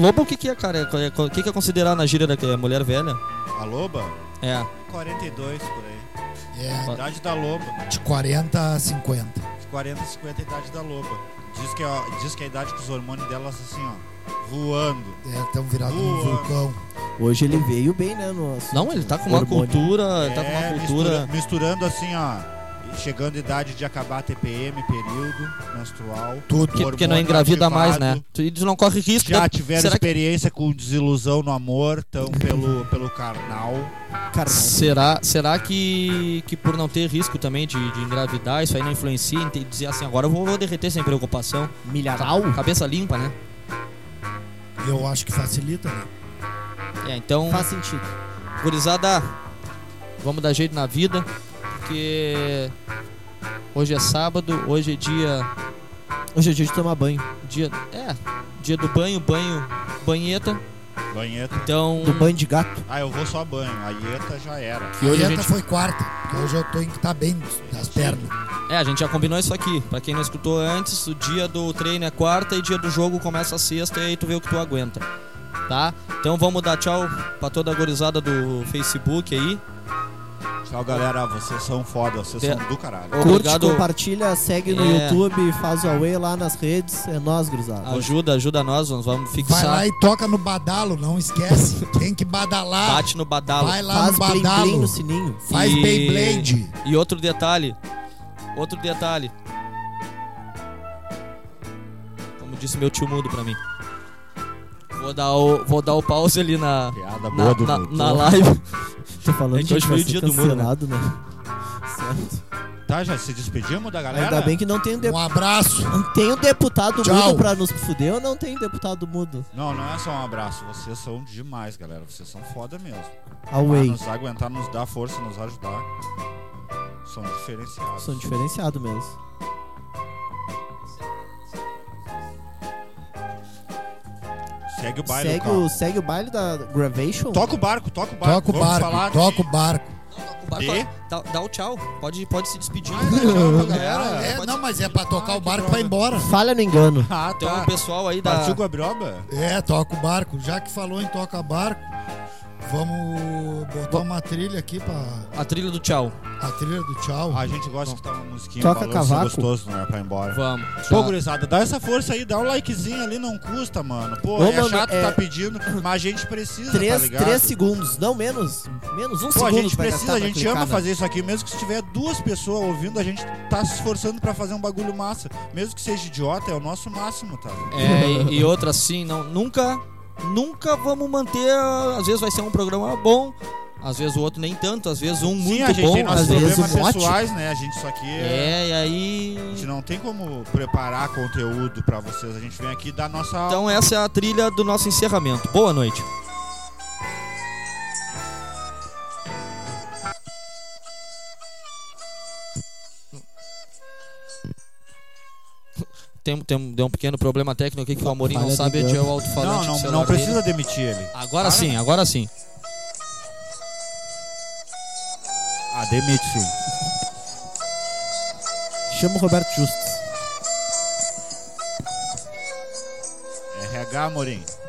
Speaker 1: o- Lobo o que que é, cara? É- é- O que que é considerado na gíria da é mulher velha?
Speaker 3: A loba?
Speaker 1: É.
Speaker 3: 42 por aí.
Speaker 4: É,
Speaker 3: Idade da loba.
Speaker 4: de 40 a 50.
Speaker 3: De 40 a 50 a idade da loba. Diz que, é- diz que é a idade que os hormônios delas assim, ó. Voando.
Speaker 4: É, tão virado num
Speaker 3: Boa.
Speaker 4: vulcão.
Speaker 2: Hoje ele veio bem, né? No assunto.
Speaker 1: Não, ele tá com uma
Speaker 2: Hormônio.
Speaker 1: cultura. Ele tá com
Speaker 3: É,
Speaker 1: uma
Speaker 3: mistura-
Speaker 1: cultura.
Speaker 3: misturando assim, ó. chegando à idade de acabar a TPM, período menstrual.
Speaker 4: Tudo.
Speaker 1: Porque, porque não
Speaker 3: hormônio
Speaker 1: engravida mais,
Speaker 3: ativado.
Speaker 1: né? Tu, e tu não corre risco. né?
Speaker 3: Já tiveram
Speaker 1: Será que-
Speaker 3: experiência com desilusão no amor, estão pelo, pelo carnal.
Speaker 2: Cara,
Speaker 1: Será, será que, que por não ter risco também de, de engravidar, isso aí não influencia em te- dizer assim, agora eu vou, vou derreter sem preocupação?
Speaker 2: milharal?
Speaker 3: Uh.
Speaker 1: Cabeça limpa, né?
Speaker 4: Eu acho que facilita, né?
Speaker 1: É, então,
Speaker 2: Faz sentido.
Speaker 1: gurizada, vamos dar jeito na vida, porque hoje é sábado, hoje é dia.
Speaker 2: Hoje é dia de tomar banho.
Speaker 1: dia é, dia do banho, banho, banheta.
Speaker 3: Banheta.
Speaker 1: Então,
Speaker 2: Do banho de gato.
Speaker 3: Ah, eu vou só banho. A Ieta já era.
Speaker 4: Que hoje
Speaker 1: a
Speaker 4: a
Speaker 1: gente-
Speaker 4: foi quarta. Porque hoje eu tô em que tá bem das pernas.
Speaker 1: é, a gente já combinou isso aqui. Pra quem não escutou antes, o dia do treino é quarta e dia do jogo começa sexta e aí tu vê o que tu aguenta. Tá? Então vamos dar tchau pra toda a gorizada do Facebook aí.
Speaker 3: Tchau, galera. Vocês são foda. Vocês
Speaker 1: Te-
Speaker 3: são do caralho.
Speaker 1: Obrigado.
Speaker 2: Curte, compartilha, segue no
Speaker 1: É.
Speaker 2: YouTube, faz o away lá nas redes. É nós, gurizada.
Speaker 1: Ajuda, ajuda nós, nós vamos
Speaker 4: Vai
Speaker 1: fixar.
Speaker 4: lá e toca no badalo, não esquece. Tem que badalar.
Speaker 1: Bate no badalo.
Speaker 4: Vai lá
Speaker 2: Faz
Speaker 4: no
Speaker 2: blim blim
Speaker 4: badalo.
Speaker 2: no sininho.
Speaker 4: Faz
Speaker 1: E-
Speaker 4: Beyblade.
Speaker 1: E outro detalhe, outro detalhe. Como disse meu tio mudo pra mim. Vou dar o, vou dar o pause ali na,
Speaker 3: Piada boa
Speaker 1: na,
Speaker 3: do
Speaker 1: na,
Speaker 3: mundo.
Speaker 1: na live.
Speaker 2: Tô falando
Speaker 1: É que
Speaker 2: de
Speaker 1: hoje
Speaker 2: vai
Speaker 1: foi o
Speaker 2: ser
Speaker 1: dia do mundo, né?
Speaker 2: cancelado, né? Certo.
Speaker 3: Tá, já se despedimos da galera?
Speaker 2: Ainda bem que não tem, um de...
Speaker 4: Um abraço.
Speaker 2: tem um deputado
Speaker 4: Tchau.
Speaker 2: mudo pra nos fuder ou não tem deputado mudo?
Speaker 3: Não, não é só um abraço. Vocês são demais, galera. Vocês são foda mesmo. Pra
Speaker 2: Away.
Speaker 4: Ah,
Speaker 3: nos aguentar, nos dar força, nos ajudar. São diferenciados.
Speaker 2: São diferenciado mesmo.
Speaker 3: Segue o baile,
Speaker 2: segue,
Speaker 3: cara.
Speaker 2: o, segue o baile da Gravation?
Speaker 3: Toca o barco, toca o barco.
Speaker 4: Toca o
Speaker 3: Vamos
Speaker 4: barco.
Speaker 3: falar
Speaker 4: Toca
Speaker 3: de-
Speaker 4: o barco.
Speaker 3: Quê?
Speaker 1: Dá, dá o tchau. Pode, pode se despedir.
Speaker 3: Tchau, galera.
Speaker 4: É,
Speaker 1: pode-
Speaker 4: não, mas é pra tocar
Speaker 3: Ah,
Speaker 4: o barco
Speaker 3: que
Speaker 4: pra ir
Speaker 3: droga.
Speaker 4: embora.
Speaker 2: Falha no engano.
Speaker 3: Ah,
Speaker 1: Então
Speaker 3: tá.
Speaker 1: o pessoal aí da.
Speaker 3: Partiu Guabiroba?
Speaker 4: É, toca o barco. Já que falou em toca barco, vamos botar uma trilha aqui pra.
Speaker 1: A trilha do tchau.
Speaker 4: A trilha do tchau.
Speaker 3: A gente gosta que tá uma musiquinha
Speaker 2: Toca
Speaker 3: balança
Speaker 2: cavaco.
Speaker 3: gostoso, não é? Pra ir embora.
Speaker 1: Vamos.
Speaker 3: Pô,
Speaker 1: Tchau.
Speaker 3: gurizada, dá essa força aí, dá um likezinho ali, não custa, mano. Pô,
Speaker 2: Ô,
Speaker 3: é
Speaker 2: mano,
Speaker 3: chato
Speaker 2: é-
Speaker 3: tá pedindo, mas a gente precisa, tá
Speaker 2: 3
Speaker 3: ligado?
Speaker 2: segundos, não menos. Menos um
Speaker 3: Pô,
Speaker 2: segundo.
Speaker 3: a gente
Speaker 2: pra
Speaker 3: precisa,
Speaker 2: gastar
Speaker 3: a
Speaker 2: pra
Speaker 3: gente
Speaker 2: clicar,
Speaker 3: ama
Speaker 2: né?
Speaker 3: fazer isso aqui. Mesmo que se tiver duas pessoas ouvindo, a gente tá se esforçando pra fazer um bagulho massa. Mesmo que seja idiota, é o nosso máximo, tá?
Speaker 1: É, e, e outra assim, não, nunca, nunca vamos manter. Às vezes vai ser um programa bom, às vezes o outro nem tanto, às vezes um
Speaker 3: Sim,
Speaker 1: muito
Speaker 3: a gente
Speaker 1: bom,
Speaker 3: tem
Speaker 1: às
Speaker 3: nossos
Speaker 1: vezes
Speaker 3: problemas
Speaker 1: um ótimo.
Speaker 3: pessoais, né? A gente isso aqui é...
Speaker 1: É, e aí.
Speaker 3: A gente não tem como preparar conteúdo pra vocês. A gente vem aqui dar nossa...
Speaker 1: Então essa é a trilha do nosso encerramento. Boa noite. Tem, tem, deu um pequeno problema técnico aqui que o Amorim não
Speaker 2: Falha
Speaker 1: sabe
Speaker 2: de
Speaker 1: adiar
Speaker 2: dano.
Speaker 1: o alto-falante do
Speaker 3: não, não,
Speaker 1: celular
Speaker 3: não
Speaker 1: dele.
Speaker 3: precisa demitir ele.
Speaker 1: Agora
Speaker 3: Para,
Speaker 1: sim,
Speaker 3: né?
Speaker 1: agora sim.
Speaker 3: Ah, demite sim.
Speaker 2: Chama o Roberto Justus.
Speaker 3: É RH, Morim.